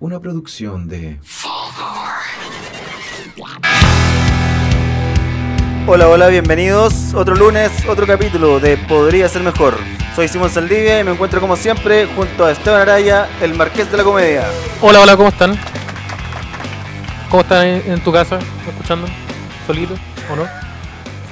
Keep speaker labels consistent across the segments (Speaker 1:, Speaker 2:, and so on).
Speaker 1: Una producción de...
Speaker 2: Hola, hola, bienvenidos. Otro lunes, otro capítulo de Podría ser mejor. Soy Simón Saldivia y me encuentro como siempre junto a Esteban Araya, el marqués de la comedia.
Speaker 3: Hola, hola, ¿cómo están? ¿Cómo están en, en tu casa? ¿Escuchando? ¿Solito? ¿O no?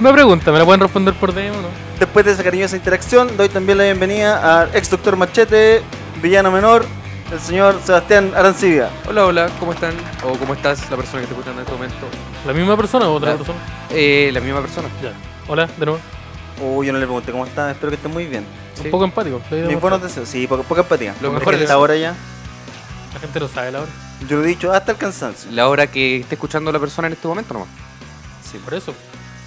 Speaker 3: Una pregunta, ¿me la pueden responder por DM o no?
Speaker 2: Después de esa cariñosa interacción, doy también la bienvenida al ex doctor Machete, villano menor, el señor Sebastián Arancibia.
Speaker 4: Hola, hola, ¿cómo están? ¿O cómo estás la persona que está escuchando en este momento?
Speaker 3: ¿La misma persona o otra
Speaker 4: Ya.
Speaker 3: persona?
Speaker 4: Eh, la misma persona.
Speaker 3: Ya. Hola, de nuevo.
Speaker 2: Uy, yo no le pregunté cómo está, espero que esté muy bien.
Speaker 4: Sí.
Speaker 3: Un poco empático. le digo,
Speaker 2: Mis buenos deseos, sí, poca, poca empatía. Es
Speaker 4: Los
Speaker 2: que
Speaker 4: mejores
Speaker 2: hasta
Speaker 4: deseos.
Speaker 2: ahora ya,
Speaker 3: La gente lo sabe, la hora.
Speaker 2: yo lo he dicho hasta el cansancio.
Speaker 4: La hora que esté escuchando la persona en este momento nomás.
Speaker 2: Sí,
Speaker 3: Por eso.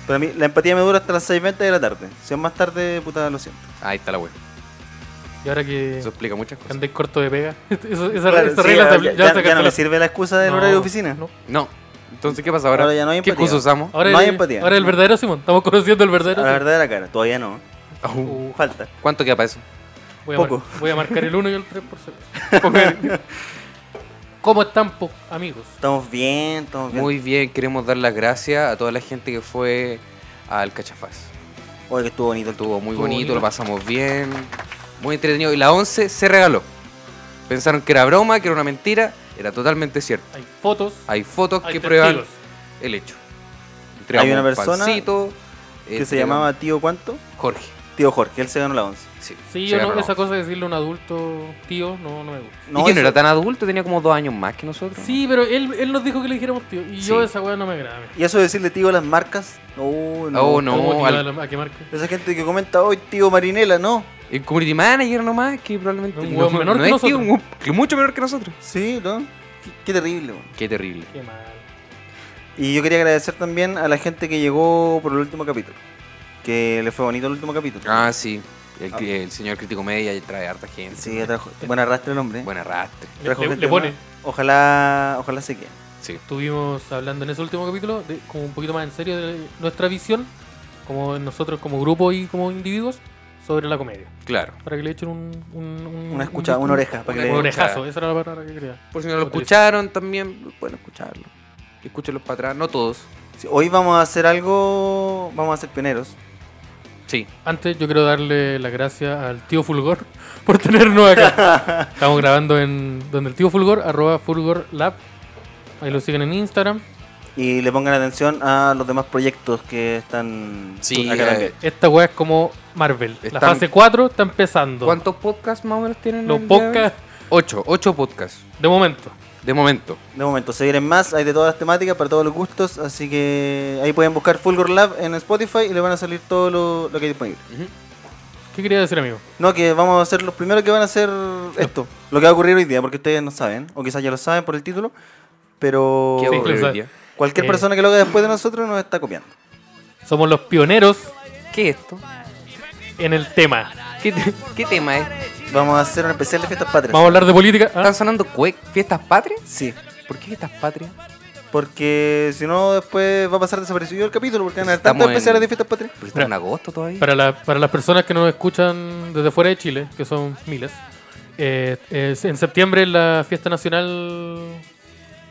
Speaker 2: Para mí, la empatía me dura hasta las 6.20 de la tarde. Si es más tarde, puta, lo siento.
Speaker 4: Ahí está la web.
Speaker 3: Y ahora que
Speaker 4: Eso explica muchas
Speaker 3: que
Speaker 4: cosas.
Speaker 3: andáis corto de pega, eso- esa,
Speaker 2: Claro,
Speaker 3: esa
Speaker 2: sí,
Speaker 3: regla
Speaker 2: ya,
Speaker 3: se-
Speaker 2: ya-
Speaker 3: ya
Speaker 2: ya-
Speaker 3: se
Speaker 2: ya no
Speaker 3: canceló.
Speaker 2: me sirve la excusa del
Speaker 3: No,
Speaker 2: horario de oficina.
Speaker 3: no.
Speaker 4: No. Entonces, ¿qué pasa ahora?
Speaker 2: Ahora ya no hay
Speaker 4: ¿Qué
Speaker 2: empatía.
Speaker 4: excusa usamos?
Speaker 3: Ahora
Speaker 2: No hay
Speaker 3: el-
Speaker 2: empatía.
Speaker 3: Ahora el verdadero Simón. Estamos conociendo el
Speaker 2: A
Speaker 3: verdadero
Speaker 2: la
Speaker 3: Simón.
Speaker 2: verdad de la cara, todavía no.
Speaker 4: Au.
Speaker 3: Uh,
Speaker 2: Falta.
Speaker 4: ¿Cuánto queda para eso?
Speaker 3: voy, a mar-
Speaker 2: poco.
Speaker 3: voy a marcar el 1 y el 3 por ser. ¿Cómo están, po- amigos?
Speaker 2: Estamos bien, estamos bien.
Speaker 4: Muy bien, queremos dar las gracias a toda la gente que fue al Cachafaz.
Speaker 2: Oye, que estuvo bonito el tubo.
Speaker 4: Estuvo muy
Speaker 3: Estuvo
Speaker 4: bonito,
Speaker 3: bonito.
Speaker 4: lo pasamos bien, muy entretenido. Y la 11 se regaló. Pensaron que era broma, que era una mentira, era totalmente cierto.
Speaker 3: Hay fotos,
Speaker 4: Hay fotos
Speaker 3: hay
Speaker 4: que prueban
Speaker 3: testigos.
Speaker 4: el hecho. Entregamos
Speaker 2: Hay una
Speaker 4: un
Speaker 2: persona
Speaker 4: pancito, eh,
Speaker 2: Que se
Speaker 4: entregamos-
Speaker 2: llamaba Tío ¿cuánto?
Speaker 4: Jorge.
Speaker 2: Tío Jorge, él se ganó la once.
Speaker 4: Sí,
Speaker 3: Sí,
Speaker 4: se
Speaker 3: o no,
Speaker 4: ganó la
Speaker 3: esa
Speaker 4: voz.
Speaker 3: cosa de decirle a un adulto tío, no, no me gusta.
Speaker 4: y que
Speaker 2: eso-
Speaker 4: no era tan adulto, tenía como dos años más que nosotros.
Speaker 3: Sí, pero él, él nos dijo que le dijéramos tío, y yo
Speaker 4: Sí.
Speaker 3: esa weá no me agrada. a mí.
Speaker 2: Y eso de decirle tío a las marcas. No, no.
Speaker 4: Oh, no.
Speaker 3: ¿Cómo motivar
Speaker 4: al-
Speaker 3: a la- a que marque?
Speaker 2: Esa gente que comenta hoy, tío Marinela, no.
Speaker 4: El community manager nomás, que probablemente
Speaker 3: Un hueón menor que
Speaker 4: es tío,
Speaker 3: nosotros.
Speaker 4: un hueón que mucho menor que nosotros.
Speaker 2: Sí, no. Qué, qué terrible, weón.
Speaker 4: Qué terrible.
Speaker 3: Qué mal.
Speaker 2: Y yo quería agradecer también a la gente que llegó por el último capítulo. Que le fue bonito el último capítulo.
Speaker 4: Ah, sí. El,
Speaker 2: Ah.
Speaker 4: el señor crítico media trae harta gente.
Speaker 2: Sí, trajo. Buen arrastre el hombre. eh.
Speaker 4: Buen arrastre.
Speaker 3: Le-
Speaker 2: Trajo
Speaker 3: le-
Speaker 2: gente
Speaker 3: le pone.
Speaker 2: más. Ojalá, ojalá se quede.
Speaker 4: Sí.
Speaker 3: Estuvimos hablando en ese último capítulo, de- como un poquito más en serio, de nuestra visión, como nosotros como grupo y como individuos, sobre la comedia.
Speaker 4: Claro.
Speaker 3: Para que le echen un, un- un-
Speaker 2: Una escucha,
Speaker 3: un-
Speaker 2: una oreja. Para que
Speaker 3: Un
Speaker 2: le...
Speaker 4: oreja.
Speaker 3: orejazo, esa era la palabra que quería.
Speaker 4: Por si no lo
Speaker 3: Utiliza.
Speaker 4: escucharon también, pueden escucharlo. Escúchenlos para atrás, no todos.
Speaker 2: Sí, Hoy vamos a hacer algo. Vamos a ser pioneros.
Speaker 4: Sí.
Speaker 3: Antes yo quiero darle las gracias al tío Fulgor por tenernos acá. Estamos grabando en donde el tío Fulgor, arroba Fulgor Lab. Ahí lo siguen en Instagram.
Speaker 2: Y le pongan atención a los demás proyectos que están
Speaker 4: Sí,
Speaker 2: acá
Speaker 4: eh,
Speaker 2: también.
Speaker 3: Esta weá es como Marvel. La
Speaker 4: Están-
Speaker 3: fase 4 está empezando.
Speaker 4: ¿Cuántos podcasts más o menos tienen?
Speaker 3: Los
Speaker 4: el día de hoy?
Speaker 3: podcasts,
Speaker 4: Ocho, ocho podcasts.
Speaker 3: de momento.
Speaker 4: De momento.
Speaker 2: De momento, se vienen más, hay de todas las temáticas, para todos los gustos, así que ahí pueden buscar Fulgor Lab en Spotify y le van a salir todo lo, lo que hay disponible.
Speaker 3: ¿Qué quería decir, amigo?
Speaker 2: No, que vamos a ser los primeros que van a hacer esto, lo que va a ocurrir hoy día, porque ustedes no saben, o quizás ya lo saben por el título, pero
Speaker 4: ¿Qué
Speaker 3: Sí,
Speaker 4: ocurre
Speaker 3: lo
Speaker 4: hoy
Speaker 3: sabe.
Speaker 4: día?
Speaker 2: cualquier
Speaker 3: Eh.
Speaker 2: persona que lo haga después de nosotros nos está copiando.
Speaker 3: Somos los pioneros
Speaker 4: ¿Qué es esto?
Speaker 3: en el tema.
Speaker 4: ¿Qué, te- qué tema es?
Speaker 2: Vamos a hacer un especial de fiestas patrias.
Speaker 3: Vamos a hablar de política. ¿ah?
Speaker 4: ¿Están sonando cue- fiestas patrias?
Speaker 2: Sí,
Speaker 4: ¿Por qué fiestas patrias?
Speaker 2: porque si no después va a pasar desaparecido el capítulo, porque van a haber
Speaker 4: Estamos
Speaker 2: tantos especiales
Speaker 4: en-
Speaker 2: de fiestas patrias.
Speaker 4: Porque están en agosto todavía.
Speaker 3: Para, la- para las personas que nos escuchan desde fuera de Chile, que son miles, eh, es- en septiembre es la fiesta nacional.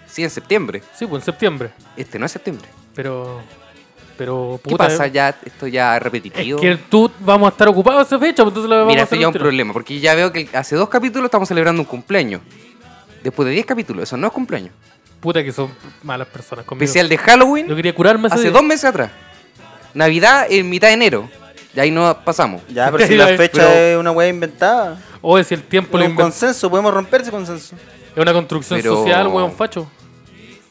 Speaker 4: Sí, en septiembre.
Speaker 3: Sí, pues en septiembre.
Speaker 4: Este no es septiembre.
Speaker 3: Pero. Pero.
Speaker 4: ¿Qué
Speaker 3: puta,
Speaker 4: pasa
Speaker 3: eh,
Speaker 4: ya? Esto ya repetitivo.
Speaker 3: Es que tú vamos a estar ocupados esa fecha, pues entonces la vamos a
Speaker 4: Mira, esto
Speaker 3: hacer
Speaker 4: ya es
Speaker 3: al
Speaker 4: un
Speaker 3: tiro.
Speaker 4: problema, porque ya veo que hace dos capítulos estamos celebrando un cumpleaños. Después de 10 capítulos, eso no es cumpleaños.
Speaker 3: Puta que son malas personas conmigo.
Speaker 4: Especial de Halloween.
Speaker 3: Yo quería curarme ese
Speaker 4: Hace
Speaker 3: día.
Speaker 4: dos meses atrás. Navidad en mitad de enero. Y ahí no pasamos.
Speaker 2: Ya, pero si la fecha
Speaker 4: Pero-
Speaker 2: es una wea inventada.
Speaker 3: Oye, si el tiempo
Speaker 2: Por
Speaker 3: lo
Speaker 2: un
Speaker 3: inventó.
Speaker 2: consenso, podemos romper ese consenso.
Speaker 3: Es una construcción
Speaker 4: Pero-
Speaker 3: social, weón facho.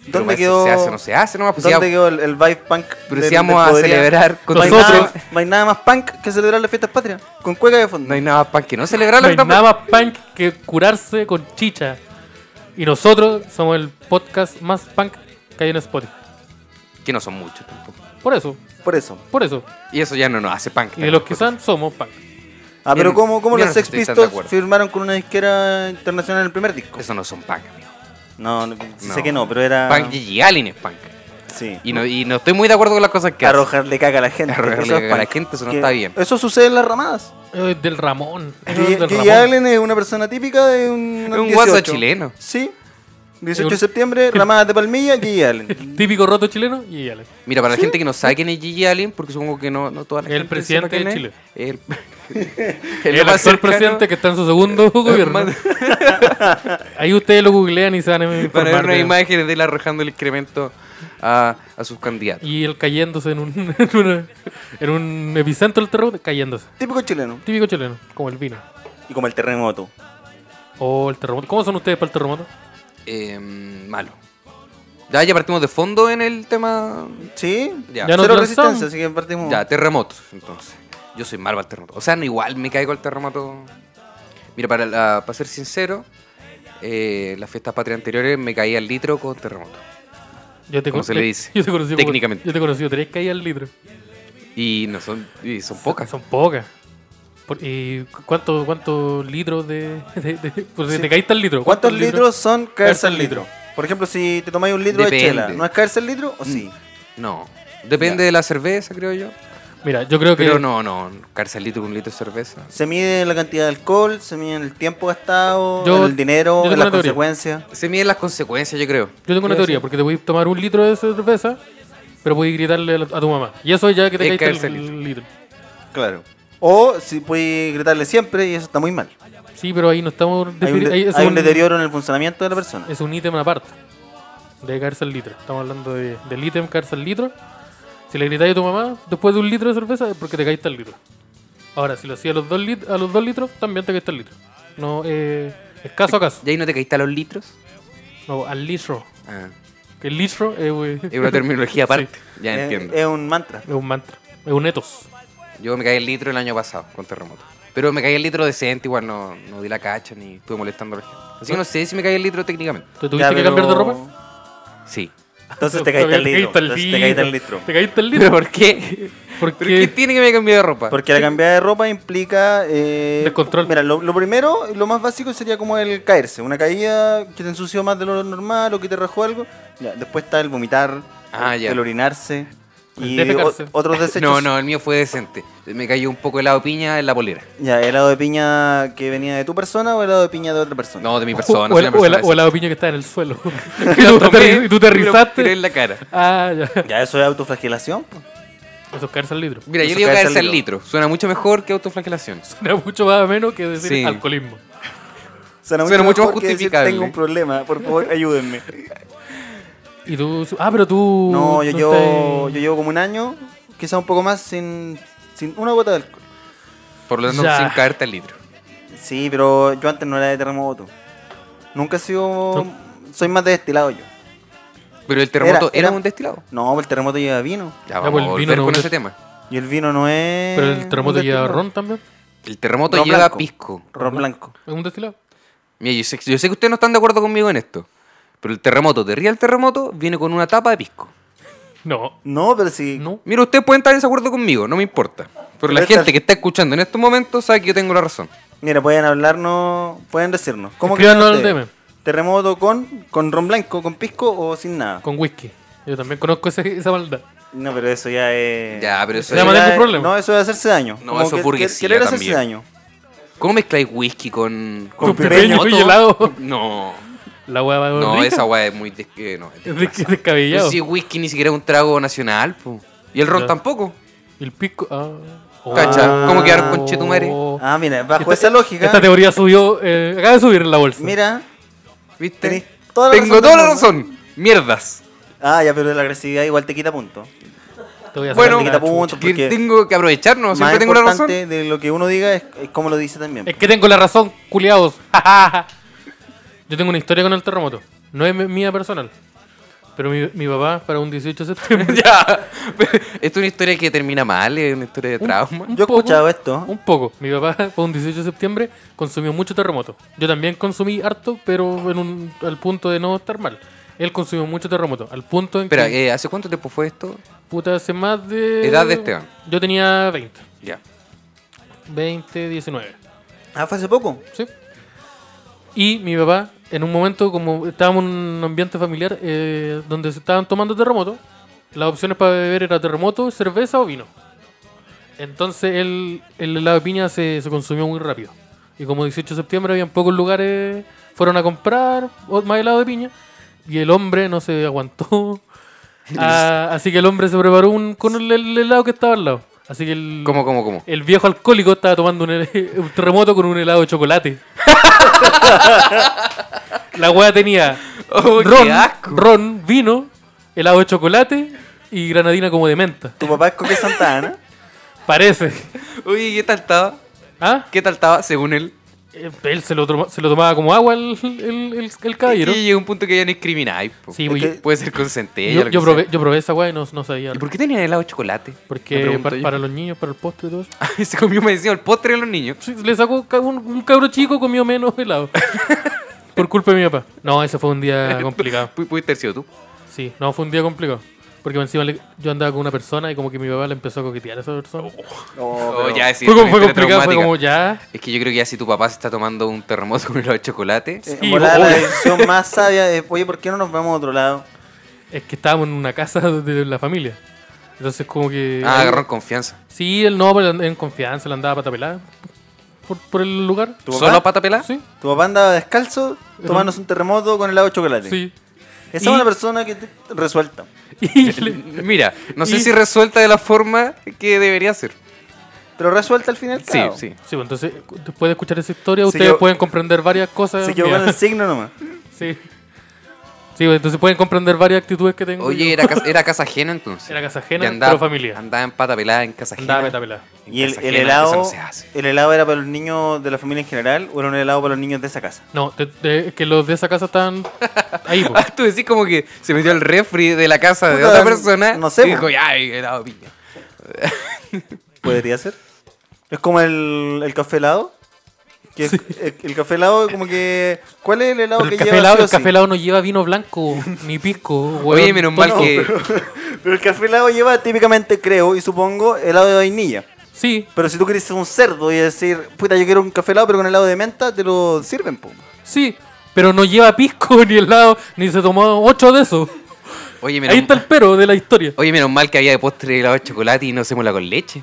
Speaker 4: Pero
Speaker 2: ¿Dónde
Speaker 4: eso
Speaker 2: quedó,
Speaker 4: Se hace, no se hace nomás. Pues si
Speaker 2: ¿dónde
Speaker 4: ya-
Speaker 2: quedó el, el vibe punk?
Speaker 4: pero
Speaker 2: del-
Speaker 4: si vamos
Speaker 2: del
Speaker 4: a
Speaker 2: podería?
Speaker 4: celebrar con
Speaker 2: No hay,
Speaker 3: Nosotros-
Speaker 2: nada, no hay nada más punk que celebrar las fiestas patrias. Con cueca de fondo.
Speaker 4: No hay nada para que no celebrar
Speaker 3: No
Speaker 4: la
Speaker 3: hay
Speaker 4: verdad,
Speaker 3: nada más punk que curarse con chicha. Y nosotros somos el podcast más punk que hay en Spotify.
Speaker 4: Que no son muchos tampoco.
Speaker 3: Por eso,
Speaker 2: Por eso.
Speaker 3: por eso.
Speaker 4: Y eso ya no nos hace punk.
Speaker 3: Y de los que usan, somos punk.
Speaker 2: Ah, pero
Speaker 4: Bien,
Speaker 2: ¿cómo, cómo
Speaker 4: yo
Speaker 2: los
Speaker 4: no
Speaker 2: Sex
Speaker 4: estoy tan de
Speaker 2: Pistols
Speaker 4: acuerdo.
Speaker 2: firmaron con una disquera internacional el primer disco?
Speaker 4: Eso no son punk, amigo.
Speaker 2: No, no, sí
Speaker 4: No.
Speaker 2: sé que no, pero era...
Speaker 4: Punk Gigi Allen es punk.
Speaker 2: Sí.
Speaker 4: Y no, y no estoy muy de acuerdo con las cosas que hace.
Speaker 2: Arrojarle caca a la gente.
Speaker 4: Arrojarle
Speaker 2: eso es
Speaker 4: caca a la
Speaker 2: punk.
Speaker 4: gente, eso no
Speaker 2: Que-
Speaker 4: está bien.
Speaker 2: Eso sucede en las ramadas.
Speaker 3: Eh, del Ramón. Eh, del
Speaker 2: Gigi
Speaker 3: Ramón.
Speaker 2: Allen es una persona típica de un...
Speaker 4: Es un
Speaker 2: 18.
Speaker 4: guaso chileno.
Speaker 2: Sí. 18 de septiembre, Ramadas de Palmilla, Gigi Allen.
Speaker 3: El típico roto chileno y Allen.
Speaker 4: Mira, para la gente que no sabe quién es Gigi Allen, porque supongo que no, no toda la
Speaker 3: El
Speaker 4: gente sepa
Speaker 3: presidente de
Speaker 4: quién es, El,
Speaker 3: El,
Speaker 4: lo más
Speaker 3: actual
Speaker 4: cercano-
Speaker 3: presidente que está en su segundo gobierno.
Speaker 4: más-
Speaker 3: Ahí ustedes lo googlean y se van a
Speaker 4: Para ver
Speaker 3: informar.
Speaker 4: unas
Speaker 3: de-
Speaker 4: imágenes de él arrojando el excremento a, a sus candidatos.
Speaker 3: Y él cayéndose en un, en, una- en un epicentro del terremoto, cayéndose.
Speaker 2: Típico chileno.
Speaker 3: Típico chileno, como el vino.
Speaker 2: Y como el terremoto.
Speaker 3: O el terremoto. ¿Cómo son ustedes para el terremoto?
Speaker 4: Eh, malo. Ya, ya partimos de fondo en el tema.
Speaker 2: ¿Sí?
Speaker 4: Ya.
Speaker 3: Ya nos
Speaker 2: Cero
Speaker 3: lanzamos.
Speaker 2: resistencia, así que partimos.
Speaker 4: Ya, terremotos, entonces. Yo soy malo al terremoto. O sea, no igual me caigo al terremoto. Mira, para, la- para ser sincero, eh, las fiestas patrias anteriores me caía al litro con terremoto.
Speaker 3: Yo te
Speaker 4: ¿Cómo
Speaker 3: con-
Speaker 4: se le dice?
Speaker 3: Yo te conocí como-
Speaker 4: Técnicamente.
Speaker 3: yo te conocí tres caídas al litro.
Speaker 4: Y no son, y son pocas.
Speaker 3: Son pocas. Por- ¿Y cu- cuánto- cuántos litros de.? de, de- pues,
Speaker 2: Sí.
Speaker 3: ¿Te caíste al litro?
Speaker 2: ¿Cuántos litros son caerse al litro?
Speaker 3: litro.
Speaker 2: Por ejemplo, si te tomáis un litro de
Speaker 4: Depende. Mm.
Speaker 2: chela, ¿no es caerse al litro o sí?
Speaker 4: No. Depende de la cerveza, creo yo.
Speaker 3: Mira, yo creo que.
Speaker 4: Pero no, no. Cárcel litro con un litro de cerveza.
Speaker 2: Se mide la cantidad de alcohol, se mide el tiempo gastado,
Speaker 3: Yo-
Speaker 2: el dinero,
Speaker 3: yo tengo
Speaker 2: las
Speaker 3: una teoría.
Speaker 2: consecuencias.
Speaker 4: Se miden las consecuencias, yo creo.
Speaker 3: Yo tengo una
Speaker 4: Sí,
Speaker 3: teoría, porque te voy a tomar un litro de cerveza, pero voy a gritarle a, la- a tu mamá. Y eso ya que te
Speaker 4: Es
Speaker 3: caíste
Speaker 4: caerse
Speaker 3: el
Speaker 4: al
Speaker 3: litro.
Speaker 2: Claro. O si puedes gritarle siempre y eso está muy mal.
Speaker 3: Sí, pero ahí no estamos.
Speaker 2: Hay un,
Speaker 3: defini-
Speaker 2: de-
Speaker 3: ahí es
Speaker 2: hay un
Speaker 3: un-
Speaker 2: deterioro en el funcionamiento de la persona.
Speaker 3: Es un ítem aparte de caerse al litro. Estamos hablando de, del ítem caerse al litro. Si le gritáis a tu mamá después de un litro de cerveza es porque te caíste al litro. Ahora, si lo hacías a los dos, lit- a los dos litros, también te caíste al litro. No, eh, es caso a caso.
Speaker 4: ¿Y ahí no te caíste a los litros?
Speaker 3: No, al litro.
Speaker 4: Ah,
Speaker 3: Que el litro es, eh,
Speaker 4: es una terminología aparte. Ya
Speaker 2: Es-
Speaker 4: entiendo.
Speaker 2: Es, un mantra.
Speaker 3: es un mantra. Es un etos.
Speaker 4: Yo me caí el litro el año pasado con terremoto. Pero me caí el litro decente, igual no, no di la cacha ni estuve molestando a la gente. Así que no sé si me caí el litro técnicamente.
Speaker 3: ¿Te
Speaker 2: Ya,
Speaker 3: tuviste que
Speaker 2: pero-
Speaker 3: cambiar de ropa?
Speaker 4: Sí.
Speaker 2: Entonces te caíste al litro. Entonces te caíste al litro.
Speaker 3: Te caíste al
Speaker 4: ¿Pero
Speaker 3: litro.
Speaker 4: por qué? ¿Por qué
Speaker 3: Porque
Speaker 4: tiene que me cambiar de ropa?
Speaker 2: Porque la cambiada de ropa implica... Eh,
Speaker 3: Descontrol.
Speaker 2: Mira, lo, lo primero, lo más básico sería como el caerse. Una caída que te ensució más de lo normal o que te rajó algo. Ya, después está el vomitar,
Speaker 4: Ah, ya.
Speaker 2: el orinarse
Speaker 3: El
Speaker 2: y
Speaker 3: defecarse.
Speaker 2: o- otros desechos.
Speaker 4: No, no, el mío fue decente. Me cayó un poco helado de piña en la polera.
Speaker 2: Ya, helado de piña que venía de tu persona o helado de piña de otra persona.
Speaker 4: No, de mi persona.
Speaker 3: o,
Speaker 4: soy
Speaker 3: el-
Speaker 4: una
Speaker 3: o el-
Speaker 4: persona
Speaker 3: o el
Speaker 4: decente.
Speaker 3: lado piño que está en el suelo. y, tú
Speaker 4: Lo
Speaker 3: te,
Speaker 4: tomé,
Speaker 3: ri- y tú te
Speaker 4: me lo tiré
Speaker 3: rizaste.
Speaker 4: en la cara.
Speaker 3: Ah, ya.
Speaker 2: Ya, eso es autoflagelación. po.
Speaker 3: Eso es caerse al litro.
Speaker 4: Mira, yo
Speaker 2: Eso
Speaker 4: digo
Speaker 2: caerse
Speaker 4: caerse
Speaker 2: al
Speaker 4: al litro. Suena mucho mejor que autoflagelación.
Speaker 3: Suena mucho más ameno que decir
Speaker 4: Sí.
Speaker 3: alcoholismo.
Speaker 2: Suena
Speaker 4: Suena mucho más
Speaker 2: mejor que decir,
Speaker 4: justificable.
Speaker 2: Tengo un problema, por favor, ayúdenme.
Speaker 3: Y tú. Ah, pero tú.
Speaker 2: No, yo
Speaker 3: tú
Speaker 2: llevo,
Speaker 3: estás-
Speaker 2: yo llevo como un año, quizás un poco más, sin, sin una gota de alcohol.
Speaker 4: Por lo tanto,
Speaker 3: Ya.
Speaker 4: sin caerte al litro.
Speaker 2: Sí, pero yo antes no era de terremoto. Nunca he sido... Soy más de destilado yo.
Speaker 4: Pero el terremoto
Speaker 2: Era-
Speaker 4: era,
Speaker 2: era-
Speaker 4: un destilado.
Speaker 2: No, el terremoto lleva vino.
Speaker 4: Ya,
Speaker 3: pues
Speaker 4: vamos
Speaker 3: el
Speaker 4: a
Speaker 3: vino
Speaker 4: volver
Speaker 3: no
Speaker 4: con
Speaker 3: es un des-
Speaker 4: ese tema.
Speaker 2: Y el vino no es...
Speaker 3: Pero el terremoto
Speaker 2: un
Speaker 3: lleva
Speaker 2: destilado.
Speaker 3: ron también.
Speaker 4: El terremoto
Speaker 2: Ron
Speaker 4: lleva
Speaker 2: blanco.
Speaker 4: pisco.
Speaker 2: Ron blanco.
Speaker 3: Es un destilado.
Speaker 4: Mira, yo sé, yo sé que ustedes no están de acuerdo conmigo en esto. Pero el terremoto, de Real Terremoto, viene con una tapa de pisco.
Speaker 3: No.
Speaker 2: No, pero sí...
Speaker 3: No.
Speaker 4: Mira, ustedes pueden estar en desacuerdo conmigo, no me importa. Pero
Speaker 2: Pero
Speaker 4: la
Speaker 2: esta-
Speaker 4: gente que está escuchando en estos momentos sabe que yo tengo la razón.
Speaker 2: Mira, pueden hablarnos, pueden decirnos. ¿Cómo
Speaker 3: Escríbanos
Speaker 2: creen
Speaker 3: al
Speaker 2: ustedes? ¿Terremoto con, con ron blanco, con pisco o sin nada?
Speaker 3: Con whisky. Yo también conozco ese- esa maldad.
Speaker 2: No, pero eso ya es...
Speaker 4: Ya, pero eso
Speaker 3: Ya,
Speaker 4: es-
Speaker 3: man-
Speaker 2: ya
Speaker 3: ningún
Speaker 2: es-
Speaker 3: problema.
Speaker 2: No, eso es hacerse daño.
Speaker 4: No, eso es burguesía
Speaker 2: Querer hacerse
Speaker 4: también.
Speaker 2: daño.
Speaker 4: ¿Cómo mezcláis whisky con,
Speaker 2: Con
Speaker 3: pipeño y helado.
Speaker 4: No,
Speaker 3: La hueá va
Speaker 4: no,
Speaker 3: rica.
Speaker 4: esa weá es muy. des- eh, no, es
Speaker 3: Es
Speaker 4: desclasada.
Speaker 3: de- descabellado.
Speaker 4: Pero si whisky ni siquiera es un trago nacional, po. Y el ron
Speaker 3: Ya.
Speaker 4: tampoco.
Speaker 3: Y el pisco. Ah. Oh.
Speaker 4: Cacha, ¿cómo quedaron con Chetumare?
Speaker 3: Oh.
Speaker 2: Ah, mira, bajo
Speaker 3: Esta-
Speaker 2: esa lógica...
Speaker 3: Esta teoría subió. eh, acaba de subir en la bolsa.
Speaker 2: Mira...
Speaker 4: ¿Viste?
Speaker 2: Tenés toda la
Speaker 4: Tengo
Speaker 2: razón
Speaker 4: toda
Speaker 2: del
Speaker 4: la
Speaker 2: mundo.
Speaker 4: razón. Mierdas.
Speaker 2: Ah, ya, pero la agresividad igual te quita punto.
Speaker 3: Te voy a
Speaker 4: Bueno,
Speaker 3: sacar la
Speaker 2: quita punto.
Speaker 3: chucha.
Speaker 4: Que
Speaker 2: porque-
Speaker 4: tengo que aprovecharnos.
Speaker 2: Más
Speaker 4: Siempre tengo la razón.
Speaker 2: importante de lo que uno diga es, es cómo lo dice también.
Speaker 3: Es que tengo la razón, culiados. Yo tengo una historia con el terremoto. No es mi- mía personal. Pero mi, mi papá, para un 18 de septiembre.
Speaker 4: ya. Esto es una historia que termina mal, es una historia de trauma.
Speaker 3: un
Speaker 2: Yo he
Speaker 3: poco-
Speaker 2: escuchado esto.
Speaker 3: Un poco. Mi papá, fue un 18 de septiembre, consumió mucho terremoto. Yo también consumí harto, pero en un- al punto de no estar mal. Él consumió mucho terremoto. Al punto en
Speaker 4: Espera,
Speaker 3: que.
Speaker 4: eh, ¿hace cuánto tiempo fue esto?
Speaker 3: Puta, hace más de.
Speaker 4: Edad de este Esteban.
Speaker 3: Yo tenía 20.
Speaker 4: Ya.
Speaker 3: 20, 19.
Speaker 2: Ah, fue hace poco.
Speaker 3: ¿sí? Y mi papá, en un momento, como estábamos en un ambiente familiar eh, donde se estaban tomando terremoto, las opciones para beber era terremoto, cerveza o vino. Entonces el, el helado de piña se, se consumió muy rápido. Y como 18 de septiembre había pocos lugares Fueron a comprar o- más helado de piña y el hombre no se aguantó. Ah, así que el hombre se preparó un, con el, el helado que estaba al lado. Así que el,
Speaker 4: ¿Cómo, cómo, cómo?
Speaker 3: el viejo alcohólico estaba tomando un, hel- un terremoto con un helado de chocolate. La wea tenía
Speaker 4: Oh, qué
Speaker 3: ron,
Speaker 4: asco.
Speaker 3: ron, vino, helado de chocolate y granadina como de menta.
Speaker 2: ¿Tu papá es Coque Santa Ana?
Speaker 3: Parece.
Speaker 4: Oye, ¿qué tal estaba?
Speaker 3: ¿Ah?
Speaker 4: ¿Qué tal estaba según él?
Speaker 3: Eh, Él se lo, toma- se lo tomaba como agua el, el, el- el caballero.
Speaker 4: Y llega un punto que ya no discrimináis. po.
Speaker 3: Sí,
Speaker 2: Es
Speaker 3: pues,
Speaker 2: que-
Speaker 4: Puede ser con centella.
Speaker 3: yo,
Speaker 4: lo que
Speaker 3: yo
Speaker 4: sea.
Speaker 3: probé, yo probé esa weá y no, no sabía.
Speaker 4: ¿Y por qué tenían helado de chocolate? Me
Speaker 3: Porque
Speaker 4: pregunto
Speaker 3: para,
Speaker 4: yo.
Speaker 3: para los niños, para el postre y todo eso.
Speaker 4: Se comió, me decía, el postre de los niños.
Speaker 3: Sí, Le sacó ca- un, un cabro chico comió menos helado. por culpa de mi papá. No, ese fue un día complicado.
Speaker 4: Pu- Pudiste haber sido tú.
Speaker 3: Sí, no, fue un día complicado. Porque encima le- yo andaba con una persona y como que mi papá le empezó a coquetear a esa persona.
Speaker 2: No,
Speaker 4: Oh,
Speaker 2: pero-
Speaker 4: ya, sí,
Speaker 3: fue, como-
Speaker 4: una
Speaker 3: fue complicado,
Speaker 4: historia
Speaker 3: fue
Speaker 4: traumática.
Speaker 3: como ya.
Speaker 4: Es que yo creo que ya si tu papá se está tomando un terremoto con helado de chocolate,
Speaker 2: Eh,
Speaker 3: Sí,
Speaker 4: oh,
Speaker 2: volá, la
Speaker 3: obvio.
Speaker 2: decisión más sabia es, oye, ¿por qué no nos vamos a otro lado?
Speaker 3: Es que estábamos en una casa de la familia. Entonces como que...
Speaker 4: ah, agarró en confianza.
Speaker 3: Sí, él no, pero en confianza, le andaba pata pelada. Por, por el lugar.
Speaker 2: ¿Tu papá?
Speaker 4: ¿Solo pata pelada?
Speaker 3: Sí,
Speaker 2: Tu papá andaba descalzo tomándose un terremoto con helado de chocolate.
Speaker 3: sí.
Speaker 2: Esa
Speaker 3: Y-
Speaker 2: es una persona que te- resuelta.
Speaker 3: Y le-
Speaker 4: Mira, no sé
Speaker 3: Y-
Speaker 4: si resuelta de la forma que debería ser.
Speaker 2: Pero resuelta al final.
Speaker 4: Sí, sí.
Speaker 3: Sí, bueno, pues, entonces, cu- después de escuchar esa historia,
Speaker 2: Se
Speaker 3: ustedes
Speaker 2: quedó-
Speaker 3: pueden comprender varias cosas.
Speaker 2: Se quedó
Speaker 3: mías.
Speaker 2: con el signo nomás.
Speaker 3: Sí. Sí, bueno, entonces pueden comprender varias actitudes que tengo.
Speaker 4: Oye,
Speaker 3: yo.
Speaker 4: era casa, era casa ajena entonces.
Speaker 3: Era casa ajena,
Speaker 4: Y
Speaker 3: pero familia.
Speaker 4: Andaba en pata pelada en casa ajena.
Speaker 3: Andaba pata pelada.
Speaker 4: En
Speaker 2: Y el,
Speaker 4: casa
Speaker 2: el
Speaker 4: ajena,
Speaker 2: helado,
Speaker 4: Eso no se hace.
Speaker 2: ¿el helado era para los niños de la familia en general o era un helado para los niños de esa casa?
Speaker 3: No, de- de- es que los de esa casa están ahí, pues. po.
Speaker 4: Ah, tú decís como que se metió al refri de la casa de
Speaker 2: Puta,
Speaker 4: otra persona.
Speaker 2: no sé,
Speaker 4: Y dijo,
Speaker 2: po.
Speaker 4: ay, helado de piña.
Speaker 2: ¿Podría ser? ¿Es como el, el café helado? Que es- el, el café helado como que... ¿Cuál es el helado
Speaker 3: Pero el
Speaker 2: que
Speaker 3: café,
Speaker 2: lleva
Speaker 3: helado,
Speaker 2: sí o
Speaker 3: el
Speaker 2: sí?
Speaker 3: café helado no lleva vino blanco ni pisco.
Speaker 4: Oye,
Speaker 3: weón.
Speaker 4: menos mal
Speaker 2: No,
Speaker 4: que.
Speaker 2: Pero el café helado lleva típicamente, creo y supongo, helado de vainilla.
Speaker 3: Sí,
Speaker 2: Pero si tú quieres ser un cerdo y decir, puta, yo quiero un café helado pero con helado de menta, te lo sirven, po.
Speaker 3: sí, pero no lleva pisco ni helado, ni se tomó ocho de esos.
Speaker 4: Oye, menos,
Speaker 3: Ahí está el pero de la historia.
Speaker 4: oye, menos mal que había de postre helado de chocolate y no se mola con leche.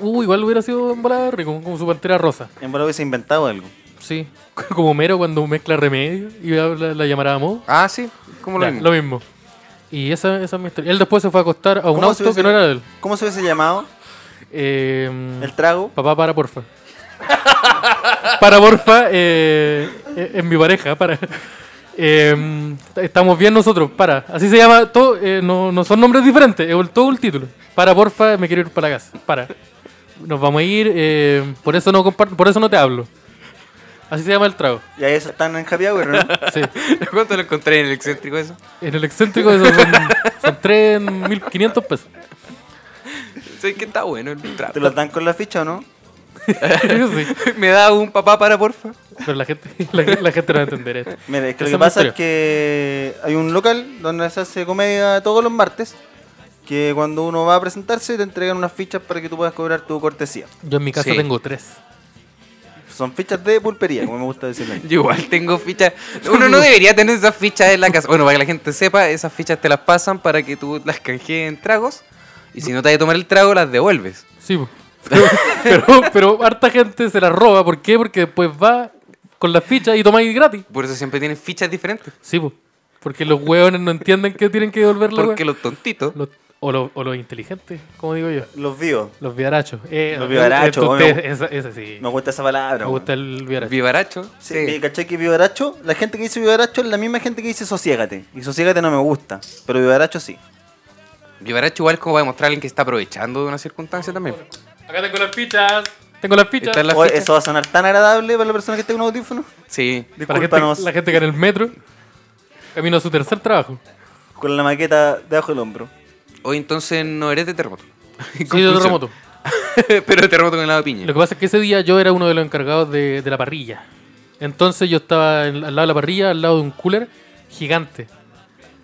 Speaker 3: Uh, igual hubiera sido en volada rico, como su pantera rosa.
Speaker 2: En verdad hubiese inventado algo.
Speaker 3: Sí, como Mero cuando mezcla remedio y habla- la llamará amor.
Speaker 4: Ah, sí, como lo
Speaker 3: Ya,
Speaker 4: mismo.
Speaker 3: Lo mismo. Y esa, esa es mi historia. Él después se fue a acostar a un
Speaker 2: ¿Cómo se
Speaker 3: auto que no
Speaker 2: hubiese-
Speaker 3: era de él.
Speaker 2: ¿Cómo se hubiese llamado
Speaker 3: Eh,
Speaker 2: el trago?
Speaker 3: Papá, para, porfa. para, porfa, eh, eh, en mi pareja, para. Eh, estamos bien nosotros, para. Así se llama, todo, eh, no, no son nombres diferentes, es el- todo el título. Para, porfa, me quiero ir para la casa, para. Nos vamos a ir, eh, por, eso no compar- por eso no te hablo. Así se llama el trago.
Speaker 2: Y ahí eso están en Happy Hour, ¿no?
Speaker 3: Sí.
Speaker 4: ¿Cuánto lo encontré en el excéntrico eso?
Speaker 3: En el excéntrico esos son, son 3.500 pesos.
Speaker 4: Sé que está bueno el trato.
Speaker 2: ¿Te los dan con la ficha o no?
Speaker 3: Sí.
Speaker 4: ¿Me da un papá para, porfa?
Speaker 3: Pero la gente, la, gente- la gente no va a entender esto.
Speaker 2: Mira, es que
Speaker 3: Esa
Speaker 2: lo que
Speaker 3: es mi
Speaker 2: pasa
Speaker 3: historia.
Speaker 2: es que hay un local donde se hace comedia todos los martes, que cuando uno va a presentarse te entregan unas fichas para que tú puedas cobrar tu cortesía.
Speaker 3: Yo en mi casa
Speaker 4: Sí.
Speaker 3: tengo tres.
Speaker 2: Son fichas de pulpería, como me gusta decirlo. a mí.
Speaker 4: Yo igual tengo fichas. Uno no debería tener esas fichas en la casa. Bueno, para que la gente sepa, esas fichas te las pasan para que tú las canjees en tragos. Y si no te vas a tomar el trago, las devuelves.
Speaker 3: Sí, po. pero, pero, pero harta gente se las roba. ¿Por qué? Porque después va con las fichas y tomáis gratis.
Speaker 4: Por eso siempre tienen fichas diferentes.
Speaker 3: Sí, po. porque los hueones no entienden que tienen que devolver la
Speaker 4: Porque
Speaker 3: hueá.
Speaker 4: los tontitos.
Speaker 3: Los- o, los, o los inteligentes, como digo yo.
Speaker 2: Los vivos.
Speaker 3: Los viarachos. Eh,
Speaker 2: Los vivarachos,
Speaker 3: esto- ustedes-
Speaker 2: obvio.
Speaker 3: esa, esa sí.
Speaker 2: Me gusta esa palabra.
Speaker 3: Me
Speaker 2: weón.
Speaker 3: gusta el viaracho.
Speaker 4: Vivaracho.
Speaker 2: Sí,
Speaker 4: Sí.
Speaker 2: y ¿Cachai que vivaracho? La gente que dice vivaracho es la misma gente que dice sosiégate. Y sosiégate no me gusta, pero vivaracho sí.
Speaker 4: Vivaracho igual es como para demostrar a alguien que está aprovechando de una circunstancia también.
Speaker 3: Acá tengo las fichas. Tengo las fichas.
Speaker 4: Están las
Speaker 2: Oye,
Speaker 4: fichas.
Speaker 2: eso va a sonar tan agradable para la persona que esté con un audífono.
Speaker 4: Sí.
Speaker 3: Para la
Speaker 2: Discúlpanos
Speaker 3: gente, la gente que en el metro camino a su tercer trabajo.
Speaker 2: con la maqueta debajo del hombro.
Speaker 4: Hoy entonces no eres de terremoto.
Speaker 3: Sí, de terremoto.
Speaker 4: Pero terremoto con helado de piña.
Speaker 3: Lo que pasa es que ese día yo era uno de los encargados de, de la parrilla. Entonces yo estaba en- al lado de la parrilla, al lado de un cooler gigante.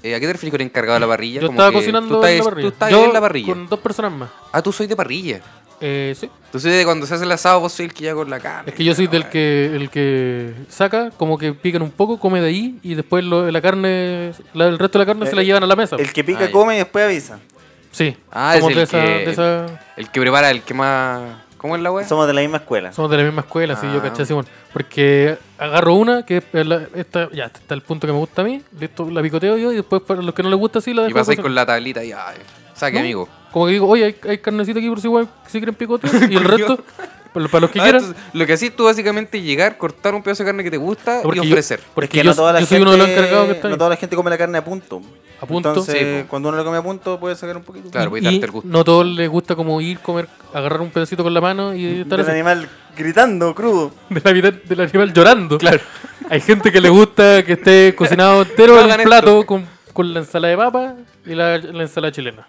Speaker 4: Eh, ¿A qué te refieres con encargado de la parrilla?
Speaker 3: Yo
Speaker 4: Como
Speaker 3: estaba
Speaker 4: que
Speaker 3: cocinando en
Speaker 4: tú
Speaker 3: la
Speaker 4: estás,
Speaker 3: parrilla.
Speaker 4: Tú estás
Speaker 3: Yo
Speaker 4: en la parrilla.
Speaker 3: Con dos personas más.
Speaker 4: Ah, tú soy de parrilla.
Speaker 3: Eh, sí.
Speaker 4: Tú soy de cuando se hace el asado, vos soy el que llega con la carne.
Speaker 3: Es que yo soy del que el que saca, como que pican un poco, come de ahí y después lo- la carne, la- el resto de la carne se la
Speaker 2: Eh,
Speaker 3: llevan a la mesa.
Speaker 2: El que pica,
Speaker 4: Ah, ya.
Speaker 2: come y después avisa.
Speaker 3: Sí.
Speaker 4: Ah, es
Speaker 3: somos
Speaker 4: el
Speaker 3: de esa-
Speaker 4: que-
Speaker 3: de esa-
Speaker 4: El que prepara, el que más... ¿Cómo es la weá?
Speaker 2: Somos de la misma escuela.
Speaker 3: Somos de la misma escuela, sí, yo
Speaker 4: Ah.
Speaker 3: caché, Simón. Porque agarro una, que es la- esta, ya, está el punto que me gusta a mí, listo, la picoteo yo y después para los que no les gusta sí la
Speaker 4: Y
Speaker 3: dejo.
Speaker 4: pasáis
Speaker 3: pasar.
Speaker 4: con la tablita y ay, saque,
Speaker 3: ¿No?
Speaker 4: amigo.
Speaker 3: Como que digo, oye, hay, hay carnecita aquí por si, weón, si quieren picotear. Y el resto, para, para los que
Speaker 4: Ah,
Speaker 3: quieran.
Speaker 4: entonces, lo que haces tú básicamente es llegar, cortar un pedazo de carne que te gusta
Speaker 3: porque
Speaker 4: y
Speaker 3: yo-
Speaker 4: ofrecer.
Speaker 3: porque
Speaker 2: Es que
Speaker 3: yo,
Speaker 2: no toda la
Speaker 3: yo soy
Speaker 2: gente,
Speaker 3: uno de los encargados que está
Speaker 2: no
Speaker 3: ahí.
Speaker 2: toda la gente come la carne a punto.
Speaker 3: A punto.
Speaker 2: Entonces,
Speaker 4: Sí, po.
Speaker 2: cuando uno la come a punto, puede sacar un poquito.
Speaker 4: Claro, voy a
Speaker 3: Y
Speaker 4: darte el gusto.
Speaker 3: no todos les gusta como ir, comer, agarrar un pedacito con la mano y estar
Speaker 2: Del
Speaker 3: así.
Speaker 2: animal gritando, crudo.
Speaker 3: del animal, del animal llorando. Claro. Hay gente que le gusta que esté cocinado entero
Speaker 4: No
Speaker 3: en el
Speaker 4: hagan esto.
Speaker 3: plato con, con la ensalada de papa y la, la ensalada chilena.